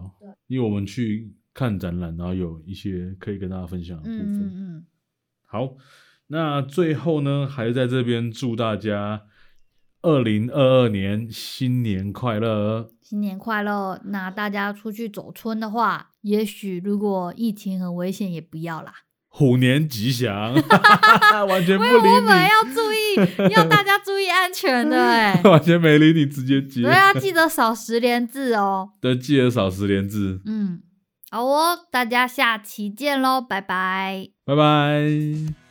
Speaker 1: 因为我们去看展览，然后有一些可以跟大家分享的部分。
Speaker 2: 嗯嗯嗯。
Speaker 1: 好，那最后呢，还是在这边祝大家二零二二年新年快乐。
Speaker 2: 新年快乐！那大家出去走村的话，也许如果疫情很危险，也不要啦。
Speaker 1: 虎年吉 祥，完全不理
Speaker 2: 我们
Speaker 1: 你，
Speaker 2: 要注意，要大家注意安全的哎、
Speaker 1: 完全没理你，直接接
Speaker 2: 对。啊，记得扫十连字哦。
Speaker 1: 对，记得扫十连字，
Speaker 2: 嗯，好哦，大家下期见喽，拜拜。
Speaker 1: 拜拜。